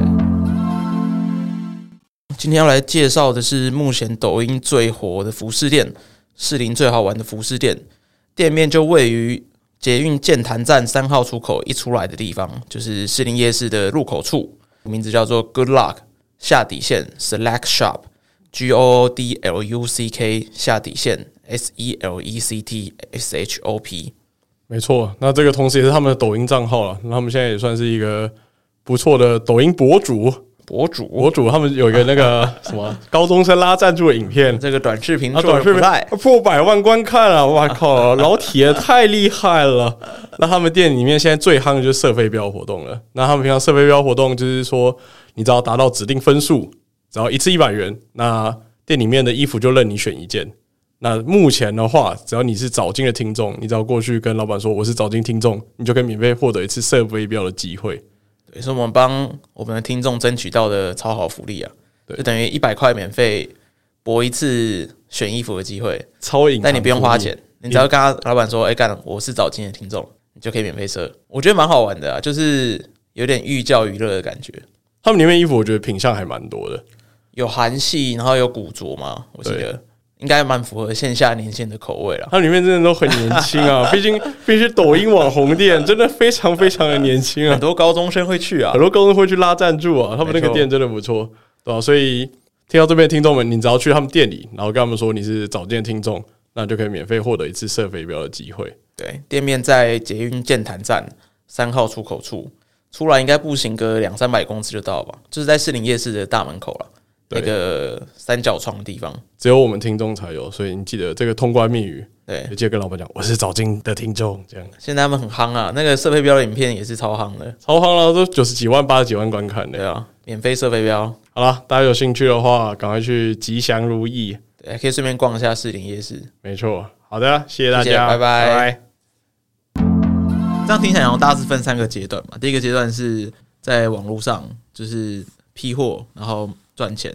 A: 今天要来介绍的是目前抖音最火的服饰店——士林最好玩的服饰店，店面就位于捷运建潭站三号出口一出来的地方，就是士林夜市的入口处，名字叫做 Good Luck 下底线 Select Shop G O O D L U C K 下底线 S E L E C T S H O P。
B: 没错，那这个同时也是他们的抖音账号了。那他们现在也算是一个不错的抖音博主。
A: 博主
B: 博主他们有一个那个什么高中生拉赞助的影片，
A: 这个短视频
B: 啊，
A: 做
B: 短
A: 的
B: 视
A: 不
B: 频
A: 赖，
B: 破百万观看了，哇 靠，老铁太厉害了！那他们店里面现在最夯的就是射飞镖活动了。那他们平常射飞镖活动就是说，你只要达到指定分数，只要一次一百元，那店里面的衣服就任你选一件。那目前的话，只要你是早进的听众，你只要过去跟老板说我是早进听众，你就可以免费获得一次射飞镖的机会。
A: 也是我们帮我们的听众争取到的超好福利啊！
B: 对
A: 就等于一百块免费博一次选衣服的机会，
B: 超隐，
A: 但你不用花钱，，你只要跟他老板说：“哎、干，我是早进的听众，你就可以免费射。”我觉得蛮好玩的啊，就是有点寓教于乐的感觉。
B: 他们里面衣服我觉得品相还蛮多的。
A: 有韩系，然后有古着嘛，我记
B: 对
A: 得应该蛮符合线下年轻人的口味啦。
B: 它里面真的都很年 轻啊，毕竟毕竟抖音网红店真的非常非常的年轻
A: 很
B: 啊，
A: 多高中生会去啊
B: 很，多高中会去拉赞助啊，他们那
A: 没
B: 个
A: 错
B: 店真的不错，对吧、所以听到这边的听众们，你只要去他们店里，然后跟他们说你是早见听众，那就可以免费获得一次射飞镖的机会。
A: 对，店面在捷运建潭站三号出口处，出来应该步行个两三百公尺就到了吧，就是在士林夜市的大门口了，
B: 对
A: 那个三角窗的地方。
B: 只有我们听众才有，所以你记得这个通关密语，
A: 对，
B: 直接跟老板讲我是早进的听众，这样
A: 现在他们很夯啊，那个射飞镖的影片也是超夯的。
B: 啊
A: 啊
B: 超夯了，都九十几万、八十几万观看的
A: 对。啊，免费射飞镖，
D: 好了，大家有兴趣的话，赶快去吉祥如意。
A: 对，可以顺便逛一下士林夜市。
D: 没错，好的，谢谢大家，
A: 谢谢拜拜
D: 拜拜
A: 这样听起来，我大致分三个阶段嘛。第一个阶段是在网络上就是批货，然后赚钱。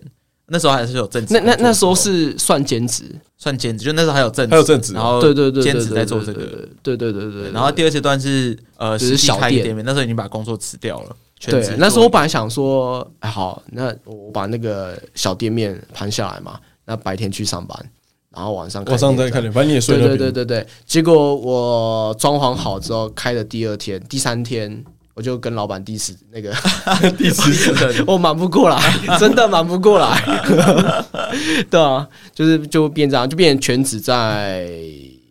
A: 那时候还是有正职
C: 那
A: 工作
C: 那
A: 的候，
C: 那时候是算兼职，
A: 算兼职，就那时候还有正职
B: 还有正职
A: 然后
C: 对啊对对，对
A: 兼职在做这
C: 对
A: 个。
C: 对对对对对对。
A: 然后第二阶段是呃，
C: 就是
A: 实际
C: 小
A: 开一个
C: 店
A: 店面，那时候已经把工作辞掉了，全
C: 对
A: 职做。，
C: 那时候我本来想说，哎，好，那我把那个小店面盘下来嘛，那白天去上班，然后晚上开
B: 晚上
C: 店
B: 再看点，反正你也睡
C: 对
B: 那
C: 对
B: 边。
C: 对对对，结果我装潢好之后，开的第二天、第三天，我就跟老板第十 那个
A: 第四个
C: 我忙不过来，真的忙不过来。 对啊，就是就变这样，就变成全职在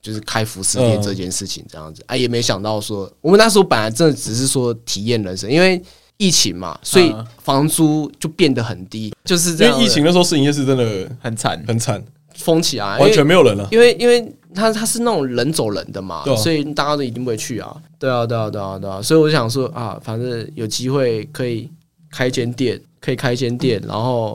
C: 就是开服饰
B: 嗯
C: 店这件事情这样子。哎、也没想到说，我们那时候本来真的只是说体验人生，因为疫情嘛，所以
A: 嗯
C: 房租就变得很低，就是这
B: 因
C: 样
B: 为
C: 的。
B: 疫情那时候，摄影业是真的
A: 很惨，
B: 很惨，
C: 封起啊来，因为
B: 完全没有人啊了。
C: 因为因为他他是那种人走人的嘛，
B: 对啊
C: 所以大家都一定不会去啊。对啊，对啊，对啊，对啊。所以我就想说啊，反正有机会可以开一间店，可以开一间店，
B: 嗯
C: 然后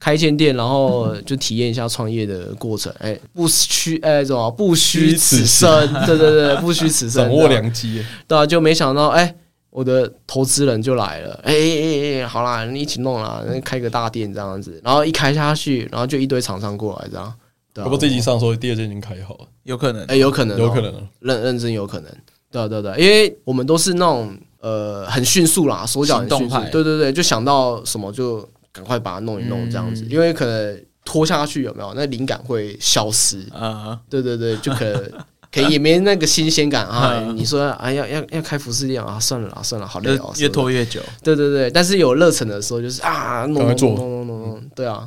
C: 开一间店，然后就体验一下创业的过程。哎、不虚哎、什么不虚此生？对对对，不虚此生。
B: 掌握
C: 对啊
B: 良机，
C: 对啊，就没想到哎、我的投资人就来了，哎哎哎哎，好啦，你一起弄啦，那开个大店这样子。然后一开下去，然后就一堆厂商过来这样。对啊
B: 不过这集上的时候，第二件已经开好了，
A: 有可能
C: 哎、。有可能、
B: 有可，能啊了。
C: 认认真有可能，对啊对啊对啊，因为我们都是那种呃很迅速啦，手脚很迅
A: 行
C: 速
A: 动派，
C: 对对对，就想到什么就赶快把它弄一弄这样
B: 嗯
C: 子，因为可能拖下去有没有那灵感会消失，
A: 呃，
C: 对对 对，就可能可能也没那个新鲜感啊。
A: 嗯
C: 你说啊要要要开服饰店啊，算了啦算了，好累
A: 就，
C: 哦
A: 越
C: 什么的
A: 拖越久，
C: 对对对，但是有热忱的时候就是啊弄
B: 赶快
C: 弄
B: 做嗯
C: 弄弄弄弄，对啊，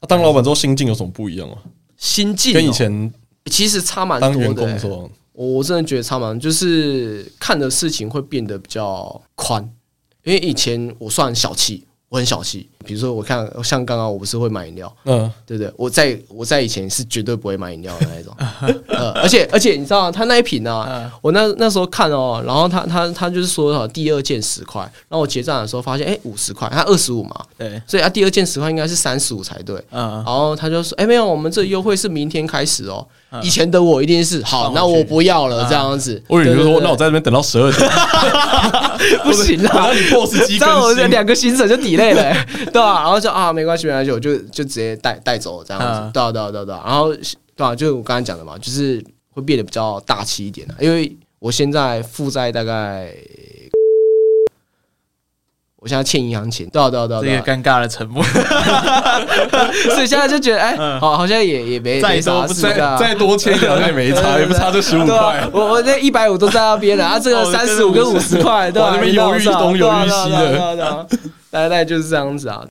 B: 那当老板之后心境有什么不一样吗？
C: 心境哦、
B: 跟以前
C: 其实差蛮多
B: 当
C: 的、
B: 员工
C: 欸
B: 的时候，
C: 我我真的觉得差蛮，就是看的事情会变得比较宽，因为以前我算小气，我很小气。比如说，我看像刚刚我不是会买饮料，
B: 嗯，
C: 对不对？我在我在以前是绝对不会买饮料的那一种， 呃，而且而且你知道他那一瓶
B: 嗯
C: 啊，我那那时候看哦，然后他他他就是说哦第二件十块，然后我结账的时候发现哎五十块，他二十五嘛，
A: 对，
C: 所以他第二件十块应该是三十五才对。
A: 嗯
C: 然，后他就说：“哎、没有，我们这优惠是明天开始哦。
B: 嗯
C: 以前的我一定是好，
A: 放回去
C: 那我不要了这样子。
B: 我以为你
C: 对
B: 就
C: 对
B: 说，
C: 对
B: 那我在这边等到十二点，
C: 不行啦，
B: 你 POS 机
C: 这样我
B: 更
C: 的
B: 新，
C: 两个行程就 抵累了、欸对啊，然后就啊，没关系，没关系，我就就直接带带走这样子。
A: 嗯
C: 对啊，对啊，对啊，对啊。然后对啊，就是我刚才讲的嘛，就是会变得比较大气一点啊，因为我现在负债大概。” 我现在欠银行钱，对啊对啊对啊，
A: 这
C: 对
A: 个
C: 啊
A: 尴尬的沉默，
C: 所以现在就觉得，哎、好，好像也也没
A: 再
C: 没
A: 嗯多
C: 啥
A: 不
C: 事
B: 再
C: 干啊
B: 再 多签一点好像也没差，也不差这十五
C: 对啊
B: 块。
C: 我我那一百五都在那边了，啊，这
B: 哦
C: 个三十五跟五十块，对吧、
B: 哇
C: 啊？
B: 那边
C: 一道
B: 犹豫
C: 上
B: 东
C: 对
B: 犹
C: 啊
B: 豫西
C: 对啊
B: 的
C: 对啊对啊对 啊大概大概就是这样子啊。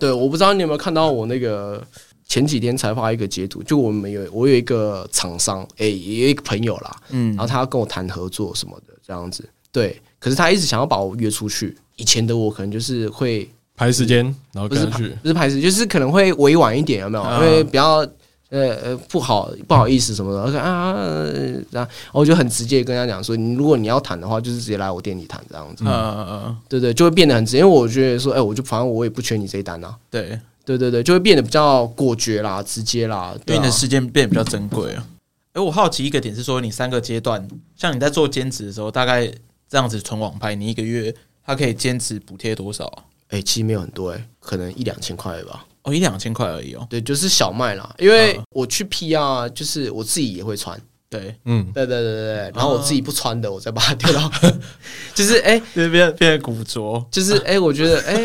C: 对，我不知道你有没有看到我那个前几天才发一个截图，就我们有我有一个厂商，诶，有一个朋友啦，
A: 嗯
C: 然，后他要跟我谈合作什么的，这样子。对，可是他一直想要把我约出去。以前的我可能就是会
B: 排时间，然后
C: 不
B: 跟
C: 是
B: 他去。
C: 不是排斥，就是可能会委婉一点，有没有？
A: 啊
C: 因为比较呃呃不好不好意思什么的，我说啊，呃这样，我就很直接跟他讲说，你如果你要谈的话，就是直接来我店里谈这样子，
A: 呃呃，
C: 对对，就会变得很直接。因为我觉得说，哎、我就反正我也不缺你这一单啊，
A: 对，
C: 对对对，就会变得比较果决啦、直接啦，
A: 因
C: 对
A: 为
C: 啊
A: 你的时间变得比较珍贵啊。哎，我好奇一个点是说，你三个阶段，像你在做兼职的时候，大概这样子存网拍，你一个月它可以兼职补贴多少啊？
C: 哎、其实没有很多哎、可能一两千块吧。
A: 哦，一两千块而已哦。
C: 对，就是小麦啦，因
A: 嗯
C: 为我去 PR，就是我自己也会穿，
A: 对，
B: 嗯，
C: 对对对对对，然后我自己不穿的，我再把它丢到， 就是哎、
A: 这边变古着，
C: 就是 哎、我觉得哎、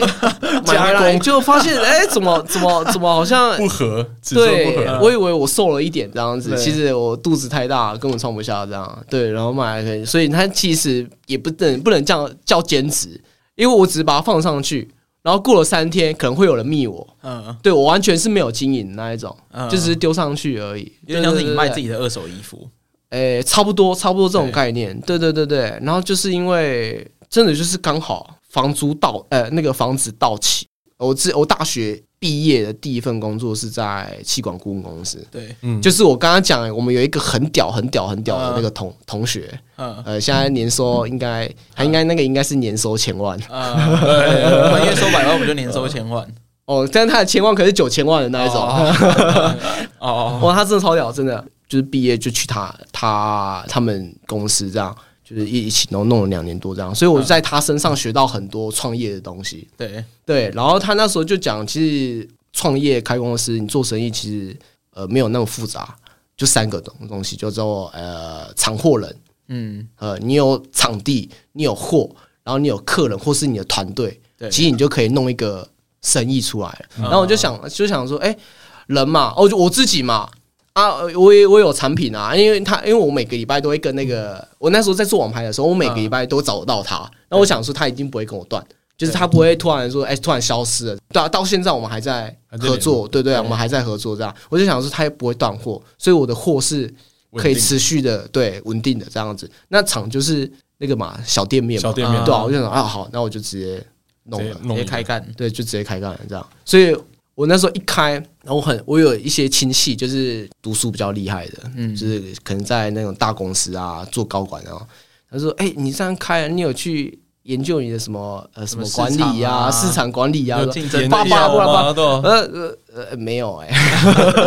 C: 买回来就发现哎、怎 么怎么怎么好像
B: 不合，尺寸不
C: 对啊
B: 合，，
C: 我以为我瘦了一点这样子，
A: 对
C: 其实我肚子太大，根本穿不下这样。对，然后买来可以，所以它其实也不能不能这样叫兼职，因为我只是把它放上去，然后过了三天可能会有人密我，
A: 嗯，
C: 对我完全是没有经营那一种，
A: 嗯
C: 就只是丢上去而已，
A: 有点像是你卖自
C: 己。
A: 己的二手衣服。
C: 诶、哎差不多，差不多这种
A: 对
C: 概念。对对对对，然后就是因为真的就是刚好房租到，呃，那个房子到期。我自我大学毕业的第一份工作是在气管顾问公司，
A: 对，
B: 嗯
C: 就是我刚刚讲的，我们有一个很屌、很屌、很屌的那个同、同学，
A: 嗯
C: 呃，现在年收应该，他应该那个应该是年收千万。
A: 呃，我们月收百万，我们就年收千万。
C: 哦，但是他的千万可是九千万的那一种，
A: 哦，
C: 哇，他真的超屌，真的就是毕业就去他他他们公司这样，就是一一起弄弄了两年多这样，所以我就在他身上学到很多创业的东西。
A: 对，
C: 对，然后他那时候就讲，其实创业开公司，你做生意其实呃没有那么复杂，就三个东东西，叫做呃厂货人，
A: 嗯，
C: 呃你有场地，你有货，然后你有客人或是你的团队，
A: 对，
C: 其实你就可以弄一个生意出来了。然后我就想，就想说，哎、人嘛，哦，就我自己嘛，啊，呃我也我有产品啊，因为他，因为我每个礼拜都会跟那个，我那时候在做网拍的时候，我每个礼拜都找得到他。那、我想说，他一定不会跟我断，就是他不会突然说，哎、突然消失了。对啊，到现在我们还在
B: 还在
C: 合作，对对啊，
A: 对
C: 我们还在合作这样。我就想说，他也不会断货，所以我的货是可以
B: 稳定
C: 持续的，对，稳定的这样子。那厂就是那个嘛，小店面嘛，
B: 小店面
A: 啊
C: 对啊，我就想啊，好，那我就直接弄
B: 直接
C: 了。
A: 直
B: 弄一
A: 接
B: 个
A: 开干，
C: 对，就直接开干了这样。所以我那时候一开，然后我很我有一些亲戚就是读书比较厉害的，
A: 嗯
C: 就是可能在那种大公司啊做高管啊，他说：“哎、你这样开，你有去研究你的什么呃什么
A: 什么
C: 管
A: 市
C: 理
A: 场啊
C: 啊、市场管理啊
A: 有？”
C: 说
A: 竞
B: 研
A: 争
C: 爸
A: 力啊
C: 爸
B: 究
C: 爸爸
B: 啊，对啊
C: 呃呃呃，没有哎、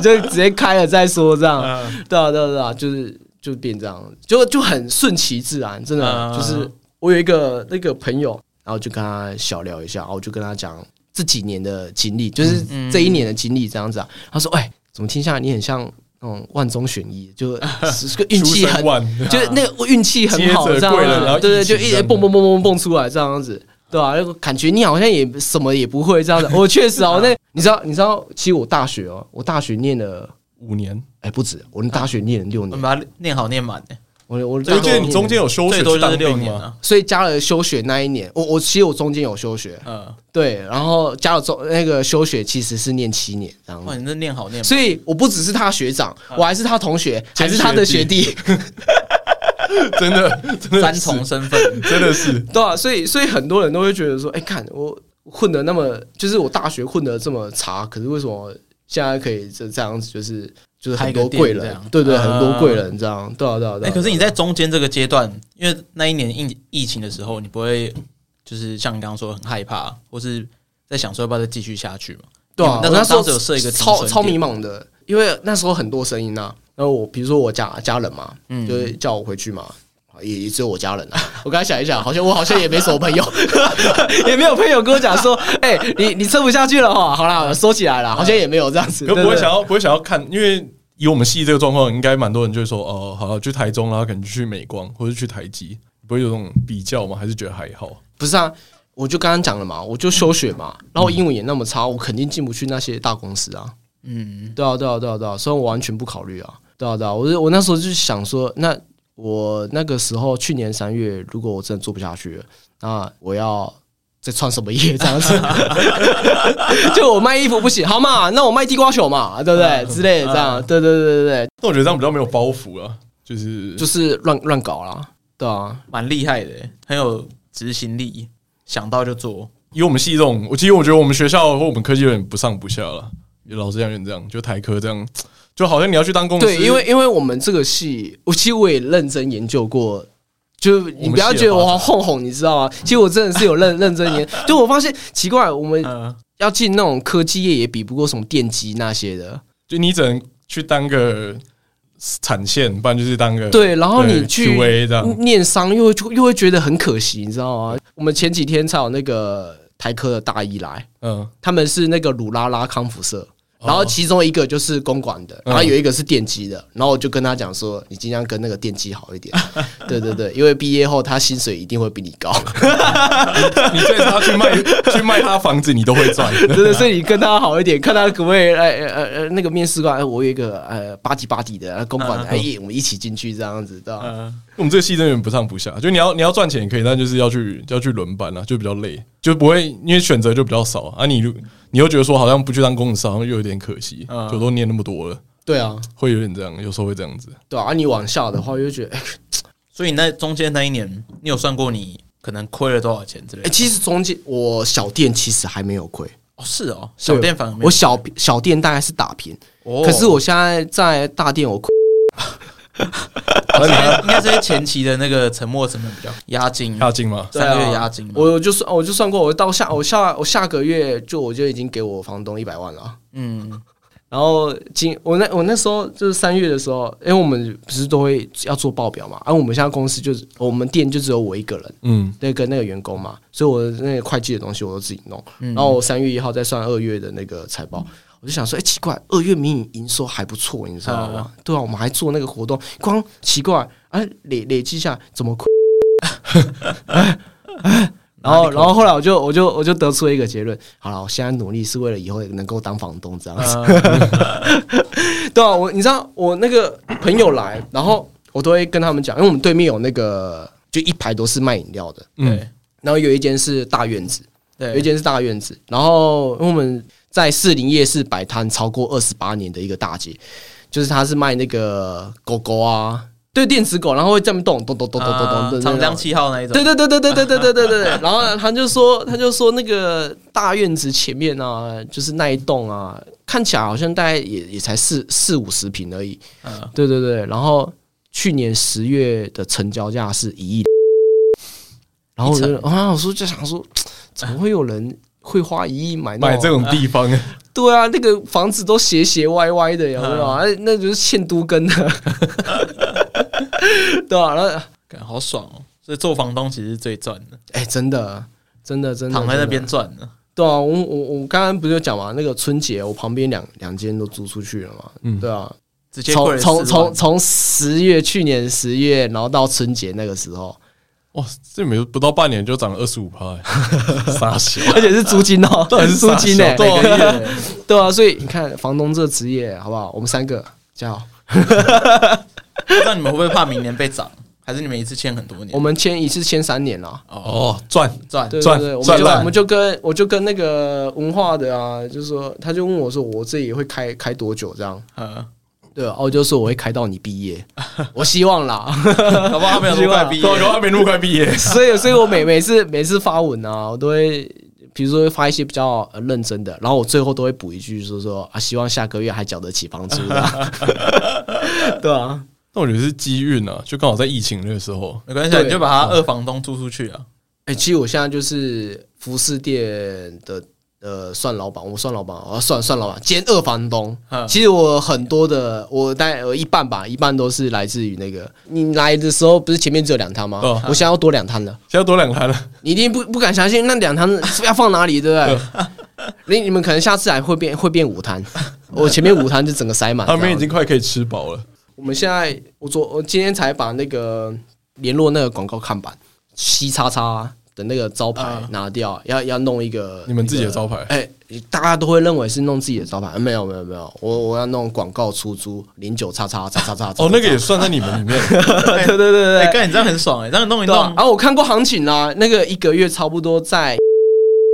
C: 就直接开了再说这样。
A: 嗯
C: 对啊，对啊，对啊，就是就变这样，就就很顺其自然，真的、
A: 嗯
C: 就是我有一个那个朋友，然后就跟他小聊一下，然后我就跟他讲这几年的经历，就是
A: 嗯
C: 这一年的经历这样子啊。他说：“哎，怎么听下来你很像那种万中选一，就 是个运气
B: 出
C: 很
B: 身，万
C: 就是那个运气很好
B: 啊接
C: 这
B: 着
C: 样
B: 贵人然后
C: 子，对对，
B: 一起
C: 就一直
B: 升
C: 蹦蹦蹦蹦蹦出来这样子。”对啊，那个感觉你好像也什么也不 会这样子。我确实啊，我那你知道，你知道，其实我大学哦，我大学念了，
B: 五年，
C: 哎、不止，我大学念了六
A: 我
C: 年
A: 们，把它念好念满，
C: 我我
A: 对
B: 我
C: 大
B: 记
C: 学
B: 得啊你中间有休
A: 最
B: 学
A: 多
B: 去
A: 就是
B: 当
A: 六
B: 兵
A: 年
B: 吗？
A: 啊，
C: 所以加了休学那一年，哦我我其实我中间有休学，
A: 嗯，
C: 对，然后加了中那个休学其实是念七年这样
A: 哇，
B: 哦
C: 子，
A: 你这念好念满，
C: 所以我不只是他的学长，
B: 啊
C: 我还是他同学，还
B: 兼
C: 是他的学弟，
B: 真的，真的
A: 三
B: 是
A: 重，身份，
B: 真的是
C: 对啊，所以所以很多人都会觉得说，哎、看我混的那么，就是我大学混的这么差，可是为什么现在可以这这样子，就是就是很多
A: 开个店
C: 贵
A: 这
C: 人
A: 样，
C: 对对，
A: 啊
C: 很多贵人这样，对啊对啊对
A: 哎，
C: 啊。
A: 可是你在中间这个阶段，因为那一年疫疫情的时候，你不会就是像你刚刚说很害怕，或是在想说要不要再继续下去嘛？
C: 对啊，
A: 你
C: 我
A: 们那
C: 那
A: 时
C: 时
A: 候当
C: 候
A: 时有设一个
C: 超
A: 停损点
C: 超迷茫的，因为那时候很多声音啊。然后我比如说我家家人嘛，
A: 嗯
C: 就会叫我回去嘛，也也只有我家人啊。我刚才想一想，好像我好像也没什么朋友， 也没有朋友跟我讲说，哎、你你撑不下去了哈，好啦，收起来啦，好像也没有这样子。
B: 可
C: 对
B: 不会
C: 对
B: 想要，不会想要看，因为以我们系这个状况，应该蛮多人就会说，哦，好了，去台中啦，然后可能去美光或者去台积，你不会有这种比较吗？还是觉得还好？
C: 不是啊。我就刚刚讲了嘛，我就休学嘛，然后我英文也那么差，我肯定进不去那些大公司啊。
A: 嗯，
C: 对啊，对啊，对啊，对啊，虽然我完全不考虑啊，对啊，对啊，我是我那时候就想说，那我那个时候去年三月，如果我真的做不下去了，那我要再创什么业这样子？ 就我卖衣服不行，好嘛，那我卖地瓜球嘛，对不对？之类的这样，对对对对
B: 那我觉得这样比较没有包袱啊，就是
C: 对，就是乱乱搞啦，对啊，
A: 蛮厉害的，很有执行力，想到就做，
B: 以我们系这种，我其实我觉得我们学校或我们科技有点不上不下了，老师讲有点这样，就台科这样，就好像你要去当公司，
C: 对，因为因为我们这个系，我其实我也认真研究过。就你不要觉得我哄哄，你知道 吗？其实我真的是有认认真研，就我发现奇怪，我们
A: 嗯，
C: 要进那种科技业也比不过什么电机那些的。
B: 就你只能去当个产线，不然就是当个
C: 对，然后你
B: 对
C: 去
B: QA 这样，
C: 念商又会又会觉得很可惜，你知道吗？我们前几天才有那个台科的大一来，
B: 嗯，
C: 他们是那个鲁拉拉康复社。
A: 哦
C: 然后其中一个就是公馆的，
B: 嗯
C: 然后有一个是电机的，然后我就跟他讲说，你尽量跟那个电机好一 点，对对对，因为毕业后他薪水一定会比你高，
B: 你带他去卖 去卖他房子，你都会赚。
C: 真的，所以你跟他好一点，看他可不可以，哎呃呃，那个面试官，哎，我有一个呃吧唧吧唧的呃公馆
A: 嗯
C: 的，哎，我们一起进去这样子，对吧？
B: 我们这个系真的有点不上不下，就你要你要赚钱也可以，但就是要去要去轮班啊，就比较累，就不会因为选择就比较少啊。你如你又觉得说好像不去当公司，好像又有点可惜，就都念那么多了，
C: 对啊，
B: 会有点这样，有时候会这样子。
C: 对啊，啊你往下的话，就觉得，哎、
A: 所以你那中间那一年，你有算过你可能亏了多少钱之类
C: 哎
A: 的？
C: 其实中间我小店其实还没有亏，
A: 哦，是哦，小店反而没有
C: 我小小店大概是打平，
A: 哦
C: 可是我现在在大店我亏，
A: 应该应该是前期的那个沉没成本比较押金，
B: 押金吗？
A: 三个月押金嘛。
C: 啊我就算我就算过，我到下我下我下个月就我就已经给我房东一百万了啊。
A: 嗯，
C: 然后今我那我那时候就是三月的时候，因为我们不是都会要做报表嘛，而、啊我们现在公司就是我们店就只有我一个人，
B: 嗯，
C: 那跟那个员工嘛，所以我的那个会计的东西我都自己弄。然后我三月一号再算二月的那个财报，我就想说，哎、奇怪，二月明明营收还不错，你知道吗？对啊，我们还做那个活动，光奇怪，哎、累累积一下怎么亏？ 然后，然后后来我就我就我就得出了一个结论，好了，我现在努力是为了以后能够当房东这样子。 对啊，我你知道我那个朋友来，然后我都会跟他们讲，因为我们对面有那个就一排都是卖饮料的，
B: 嗯
A: 对
C: 然后有一间是大院子，嗯有一
A: 对，
C: 间是大院子，然后因为我们在士林夜市摆摊超过二十八年的一个大姐，就是她是卖那个狗狗啊，对电子狗，然后会这么动动动动动动
A: 啊
C: 动，
A: 长江七号那一种，
C: 对对对对对对对对对对。然后他就说，他就说那个大院子前面啊，就是那一栋啊，看起来好像大概也也才四四五十平而已。
A: 嗯，
C: 对对对，然后去年十月的成交价是一亿，然后我就啊，我说就想说，怎么会有人会花一亿买那
B: 买这
C: 种？
B: 种地方，
C: 对啊，那个房子都斜斜歪歪的，有没
A: 嗯
C: 有？啊、那就是欠都跟 的，对啊，然后
A: 感觉好爽哦。所以做房东其实是最赚的，
C: 哎、真的，真的，真的
A: 躺在那
C: 真的
A: 边赚的。
C: 对啊，我我我刚刚不是有讲嘛，那个春节我旁边两两间都租出去了嘛，
B: 嗯
C: 对啊，
A: 直接贵
C: 从
A: 了
C: 从
A: 10万
C: 从从十月去年十月，然后到春节那个时 候，
B: 哇，这没不到半年就涨了二十五趴，傻小。
C: 而且是租 金哦，
B: 到底是
C: 租金
B: 傻小
C: 呢、
B: 对啊
C: 每个月对啊，所以你看房东这职业好不好？我们三个加油，
A: 不知道你们会不会怕明年被涨，还是你们一次欠很多年？
C: 我们签一次签三年了。
B: 哦，赚
A: 赚
C: 对对
B: 赚
C: 对，我们
B: 赚
C: 就
B: 烂
C: 我们就跟我就跟那个文化的啊，就是说，他就问我说，我自己会开开多久这样？
A: 呃，
C: 对啊，我就说我会开到你毕业，我希望啦。
A: 搞不好他们有多快毕业
B: 对，啊，还没那么快毕业。
C: 所以，所以我每每次每次发文啊，我都会，比如说会发一些比较呃认真的，然后我最后都会补一句，说说啊，希望下个月还缴得起房租的，对啊，
B: 那我觉得是机运啊，就刚好在疫情那个时候，
A: 没关系啊，
C: 对
A: 你就把他二房东租出去啊。
C: 哎、其实我现在就是服饰店的呃，算老板，我算老板，我、算算老板兼二房东
A: 嗯。
C: 其实我很多的，我大概有一半吧，一半都是来自于那个你来的时候，不是前面只有两摊吗？
B: 嗯
C: 我现在要多两摊了。
B: 现在多两台了。
C: 你一定不不敢相信那两摊是要放哪里，对不对？ 你你们可能下次还会变会变五摊，我前面五摊就整个 塞满。
B: 他们已
C: 啊这样
B: 经快可以吃饱了。
C: 我们现在我昨我今天才把那个联络那个广告看板西叉叉的那个招牌
A: 啊
C: 拿掉，要要弄一个
B: 你们自己的
C: 一个
B: 招牌
C: 哎、大家都会认为是弄自己的招牌，啊没有没有没有，我我要弄广告出租零九叉叉叉叉叉。
B: 哦，那个也算在你们里面。
A: 对
C: 对对对
A: 哎，
C: 对，
A: 干你这样很爽哎，这样弄一
C: 对啊
A: 弄，
C: 啊，我看过行情啦，那个一个月差不 多在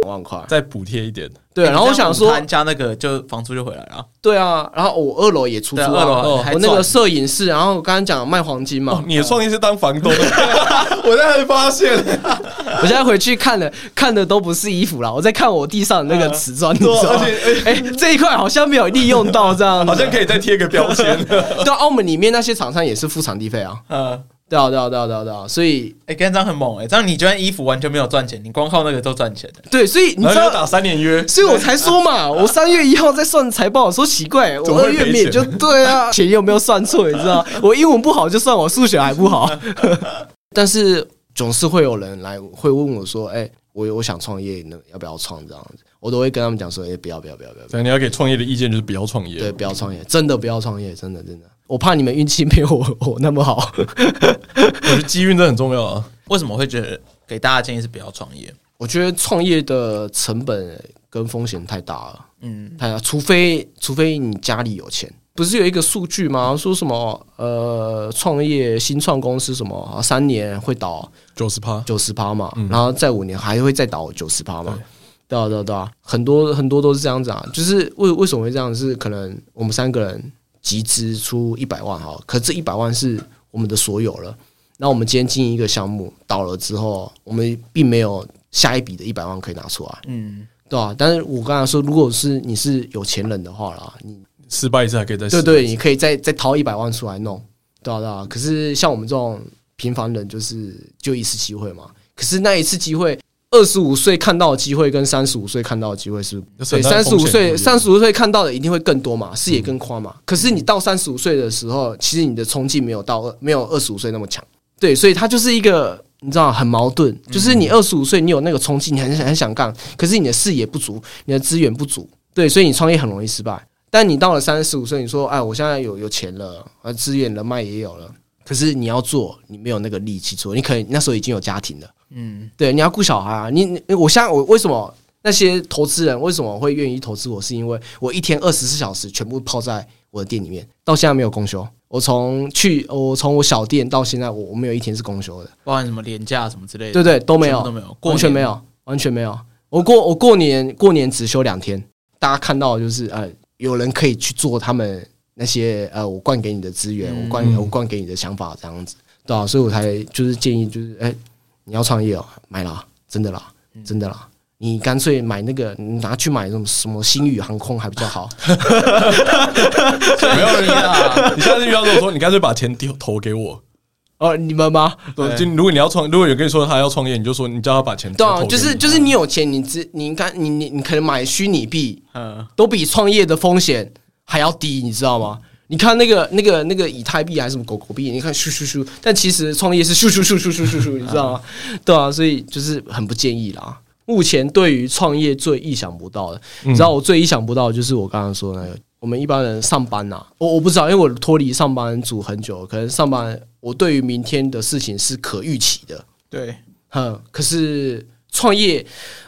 C: 万块。
B: 再补贴一点，
C: 对，然后我想
A: 你
C: 说
A: 这样午，餐加那个就房租就回来了啊。
C: 对啊，然后我二楼也出租、
A: 对，
C: 啊，
A: 二楼还
C: 我那
A: 赚
C: 个摄影室，然后我刚刚讲卖黄金嘛，
B: 哦，你的创业是当房东的， 我才发现，
C: 我现在回去看了，看的都不是衣服啦，我在看我地上的那个瓷砖，你知道
B: 而
C: 吗？
B: 且
C: 哎、这一块好像没有利用到这样
B: 哎
C: 子，
B: 好像可以再贴个标 签。
C: 对、啊，澳门里面那些厂商也是付场地费啊，
A: 呃，
C: 对啊，对啊，对啊，对啊，对啊，所以
A: 哎，干这样很猛哎，这样你就算衣服完全没有赚钱，你光靠那个都赚钱的。
C: 对，所以你
B: 然后
C: 知
B: 要
C: 道，
B: 打三年约，
C: 所以我才说嘛，我三月一号在算财报，我说奇 怪，
B: 啊怎
C: 我
B: 么
C: 二
B: 会赔
C: 月底
B: 钱
C: 就对 啊，钱又没有算错，你知道，我英文不好就算我数学还 不好，但是总是会有人来会问我说，哎、我我想创业，那要不要创这样子？我都会跟他们讲说，哎、不要不要不要不要，
B: 对，你要给创业的意见就是不要创业。
C: 对，不要创业，真的不要创业，真的真的，我怕你们运气没有我我那么好。
B: 我觉得机运真的很重要啊。
A: 为什么会觉得给大家建议是不要创业？
C: 我觉得创业的成本跟风险太大了，
A: 嗯，
C: 太大，除非除非你家里有钱。不是有一个数据吗？说什么呃，创业新创公司什么啊三年会倒
B: 九十趴，
C: 九十趴嘛，然后再五年还会再倒九十趴嘛。对啊，对啊，对啊，很多很多都是这样子啊。就是为为什么会这样？是可能我们三个人集资出一百万哈，可这一百万是我们的所有了。那我们今天经营一个项目倒了之后，我们并没有下一笔的一百万可以拿出来，
A: 嗯，
C: 对啊，但是我刚才说，如果是你是有钱人的话啦，你
B: 失败一次还可以再试。
C: 对对，你可以再再掏一百万出来弄。对啊对啊。可是像我们这种平凡人，就是就一次机会嘛。可是那一次机会，二十五岁看到的机会跟三十五岁看到的机会是
B: 要
C: 所
B: 承
C: 以
B: 担
C: 三十
B: 风
C: 五
B: 险不一
C: 岁，
B: 样
C: 三十五岁看到的一定会更多嘛，视野更宽嘛。可是你到三十五岁的时候，其实你的冲劲没有到二没有二十五岁那么强。对，所以它就是一个你知道很矛盾，
B: 嗯
C: 就是你二十五岁你有那个冲劲，你很很想干，可是你的视野不足，你的资源不足，对，所以你创业很容易失败。但你到了三十五岁，你说哎，我现在有有钱了，呃，资源人脉也有了，可是你要做，你没有那个力气做，你可能那时候已经有家庭了。对，你要顾小孩啊。你你我现在我为什么那些投资人为什么会愿意投资我？是因为我一天二十四小时全部泡在我的店里面，到现在没有公休。我从去我从我小店到现在，我我没有一天是公休的，
A: 包含什么廉价什么之类的，
C: 对对，都没有
A: 全部都没有，
C: 完全没
A: 有。
C: 有，完全没有。我过我过年过年只休两天，大家看到的就是呃，有人可以去做他们那些呃，我灌给你的资源，我灌我灌给你的想法这样子，对啊，所以我才就是建议就是哎、你要创业哦，买啦，真的啦，真的啦。你干脆买那个，你拿去买什么什么星宇航空还比较好。
A: 没有啊啦，
B: 你下次遇到这种说，你干脆把钱丢投给我。
C: 哦，你们吗？
B: 对，就如果你要创，如果有跟你说他要创业，你就说你嗯叫他把钱
C: 对
B: 投
C: 啊，
B: 给
C: 就是
B: 你
C: 就是你有钱，你只你应该你你你可能买虚拟币，
A: 嗯，
C: 都比创业的风险还要低，你知道吗？你看那个那个那个以太币还是什么狗狗币，你看咻咻咻，但其实创业是咻咻咻咻咻咻
B: 嗯
C: 咻，你知道吗？对啊，所以就是很不建议啦。目前对于创业最意想不到的，
B: 嗯
C: 你知道我最意想不到的就是我刚刚说的那个，我们一般人上班呐、我我不知道，因为我脱离上班族很久，可能上班我对于明天的事情是可预期的，
A: 对，
C: 嗯，可是创业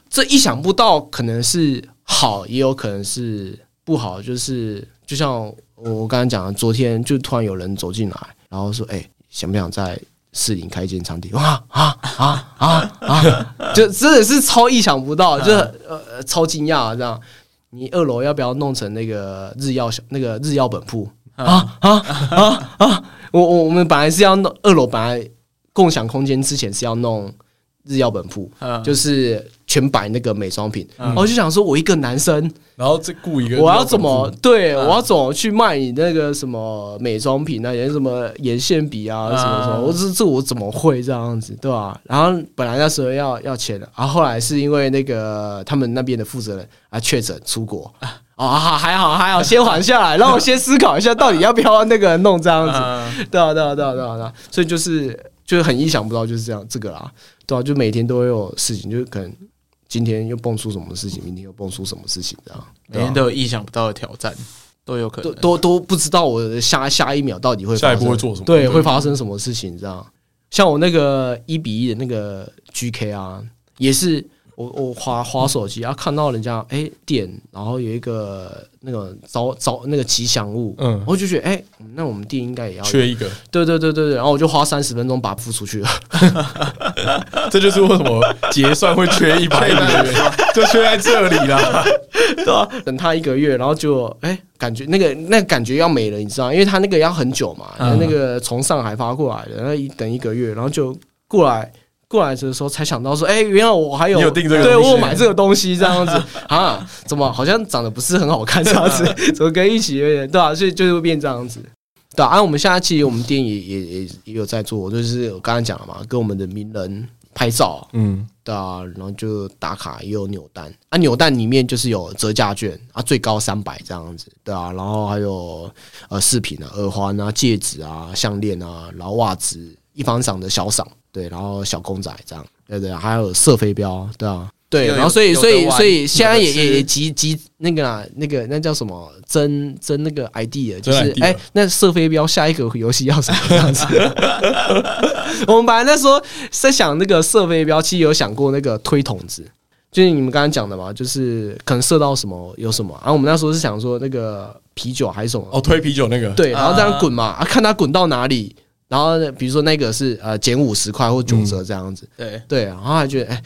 C: 这意想不到，可能是好，也有可能是不好。就是就像我刚刚讲的，昨天就突然有人走进来，然后说：“哎、想不想在士林开一间餐厅？”哇啊啊啊啊！就真的是超意想不到，就是呃呃超惊讶这样。你二楼要不要弄成那个日药小那个日药本铺啊啊啊啊！我我我们本来是要弄二楼，本来共享空间之前是要弄日药本铺，
A: 嗯，
C: 就是全摆那个美妆品。然后我就想说，我一个男生，
B: 然后再雇一个，
C: 我要怎么对我要怎么去卖你那个什么美妆品啊，也什么眼线笔啊，
A: 嗯
C: 什么什么，我这这我怎么会这样子，对吧、然后本来那时候要要钱的，然啊后后来是因为那个他们那边的负责人啊确诊出国。哦，还还好还好，先缓下 来，让我先思考一下，到底要不要那个弄这样子。
A: 嗯
C: 对啊，对啊，对啊，对啊，对啊，所以就是就是很意想不到，就是这样这个啦，对啊，就每天都会有事情，就是可能今天又蹦出什么事情，明天又蹦出什么事情，这样，
A: 每
C: 对啊
A: 天都有意想不到的挑战，都有可
C: 都
A: 能。
C: 都都不知道我的下下一秒到底会发
B: 下一步
C: 生
B: 会做什么？
C: 对会发生什么事情，这样。像我那个一比一的那个 GK 啊，也是我我滑滑手机啊，看到人家哎、点，然后有一个那个招招那个吉祥物，
B: 嗯
C: 我就觉得哎、那我们店应该也要有
B: 缺一个，
C: 对对对对对，然后我就花三十分钟把它付出去了。
B: 这就是为什么结算会缺一 百亿元，就缺在这里啦。
C: 对啊，等他一个月，然后就哎、感觉那个那个感觉要没了，你知道，因为他那个要很久嘛，
A: 嗯
C: 那个从上海发过来的，然后一等一个月，然后就过来。过来的时候才想到说，哎、原来我还有
B: 你有订这个
C: 对
B: 东西
C: 我有买这个东西这样 子啊，怎么好像长得不是很好看这样子，
B: 嗯
C: 怎么跟一起有点对啊，所以就是会变这样子，对啊。啊我们现在其实我们店也也也也有在做，就是我刚刚讲了嘛，跟我们的名人拍照，
B: 嗯，
C: 对啊，然后就打卡也有扭蛋啊，扭蛋里面就是有折价券啊，最高三百这样子，对啊，然后还有呃饰品啊、耳环啊、戒指啊、项链啊，然后袜子、一方赏的小赏，对，然后小公仔这样，对对，还有射飞镖，对啊，对，
A: 有
C: 然后所以
A: 有的
C: 所以
A: 玩
C: 所以现在
A: 有的
C: 也
A: 吃
C: 也也集集那个啦，那个那叫什么争争那个 idea，就
B: 争
C: 是
B: idea
C: 哎、那射飞镖下一个游戏要什么样子？ 我们本来那时候在想那个射飞镖，其实有想过那个推筒子，就是你们刚刚讲的嘛，就是可能射到什么有什么。啊然、后我们那时候是想说那个啤酒还是什么，
B: 哦，推啤酒那个，
C: 对，然后这样滚嘛，啊，看它滚到哪里。然后比如说那个是呃减五十块或九折这样子，
B: 嗯
A: 对，
C: 对，然后还觉得哎、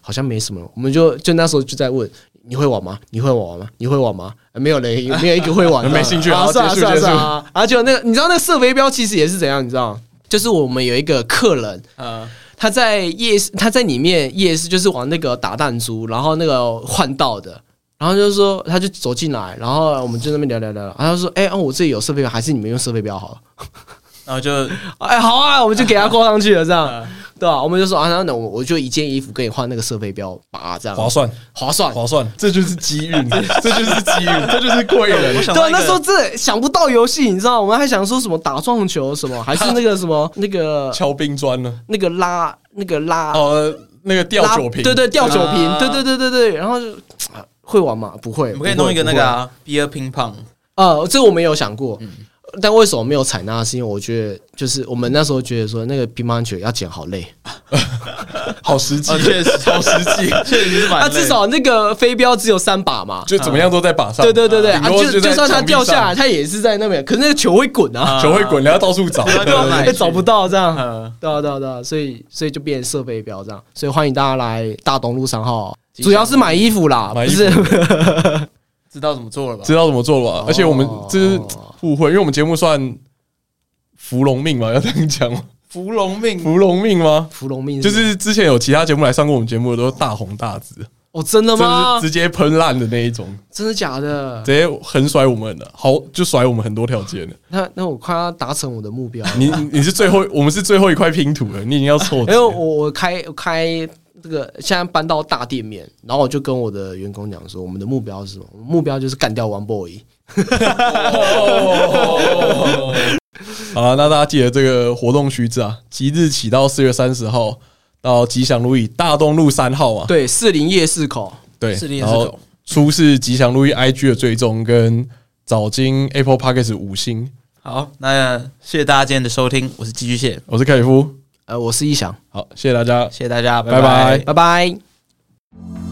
C: 好像没什么，我们就就那时候就在问。你会玩吗？你会玩吗？你会玩吗？哎没有人，没有一个会玩 的，
B: 没兴趣
C: 啊！
B: 好
C: 是啊，
B: 结
C: 是
B: 束结
C: 啊，是
B: 束
C: 啊。然后就那个，你知道那射飞镖其实也是怎样，你知道吗？就是我们有一个客人，
A: 嗯，
C: 他在夜市，他在里面夜市就是玩那个打弹珠，然后那个换道的，然后就是说他就哎走进来，然后我们就在那边聊聊聊，然后他说：“哎、哦，我这里有设备表，还是你们用设备表好了。”
A: 然 后就
C: 哎，好啊，我们就给他挂上去了，这样，对吧、我们就说啊，那那我我就一件衣服跟你换那个设备标八，这样
B: 划算，
C: 划算。
B: 划算，这就是机遇，这就是机遇， 这就是贵
A: 我
B: 人。
A: 想
C: 对
A: 到
C: 啊，
A: 一
C: 那时候
A: 个，
C: 这想不到游戏，你知道，我们还想说什么打撞球什么，还是那个什么那个
B: 敲冰砖呢？
C: 那个拉那个拉
B: 哦，那个吊
C: 拉
B: 酒瓶，
C: 对对，吊酒
A: 啊
C: 瓶，对对对对对，然后就啊会玩吗？不会，
A: 我们可以
C: 不会
A: 弄一个那
C: 不会
A: 个啊，beer 嗯 ping pong，
C: 呃，这我们有想过，但为什么没有采纳？是因为我觉得，就是我们那时候觉得说，那个乒乓球要捡好累，
B: 好实际
A: 啊，确实
B: 好实际，
A: 确实是蛮
C: 啊，
A: 累的。
C: 至少那个飞镖只有三把嘛。
B: 就怎么样都在靶上。
C: 对对对对，啊，
B: 顶多
C: 就
B: 在
C: 就算它
B: 墙壁
C: 掉下
B: 上
C: 来，，它也是在那边，可是那个球会滚啊，
B: 球会滚，然后到处找。
A: 对对对
C: 也找不到这样。
A: 呃，
C: 对啊对啊对啊，所以所以就变成设备标这样，所以欢迎大家来大东路三号，主要是买衣服啦，
B: 买
C: 不
B: 衣服
C: 是
A: 知道怎么做了吧？
B: 知道怎么做了吧？而且我们这是互惠，因为我们节目算芙蓉命嘛，要这样讲吗？
A: 芙蓉命，
B: 芙蓉命吗？
C: 芙蓉命，
B: 就是之前有其他节目来上过我们节目的，都大红大紫，
C: 哦，真的
B: 真的
C: 吗
B: 是？直接喷烂的那一种，
C: 真的假的？
B: 直接横甩我们的，好就甩我们很多条件的。
C: 那那我快要达成我的目标了。
B: 你你是最后，我们是最后一块拼图了，你已经要错
C: 因
B: 节
C: 为我我开我开这个现在搬到大店面，然后我就跟我的员工讲说，我们的目标是什么？我们目标就是干掉 One Boy。
B: 好了，那大家记得这个活动须知啊，即日起到四月三十号到吉祥路以大东路三号啊，
C: 对，四零夜市口，
B: 对，
A: 士林夜
B: 然
A: 市口
B: 后出示吉祥路易 IG 的追踪跟早金 Apple Podcast 五星。
A: 好，那谢谢大家今天的收听，我是寄居蟹，
B: 我是凯里夫，
C: 呃，我是一翔，
B: 好，谢谢大家，
A: 谢谢大家，
B: 拜拜
C: 拜拜。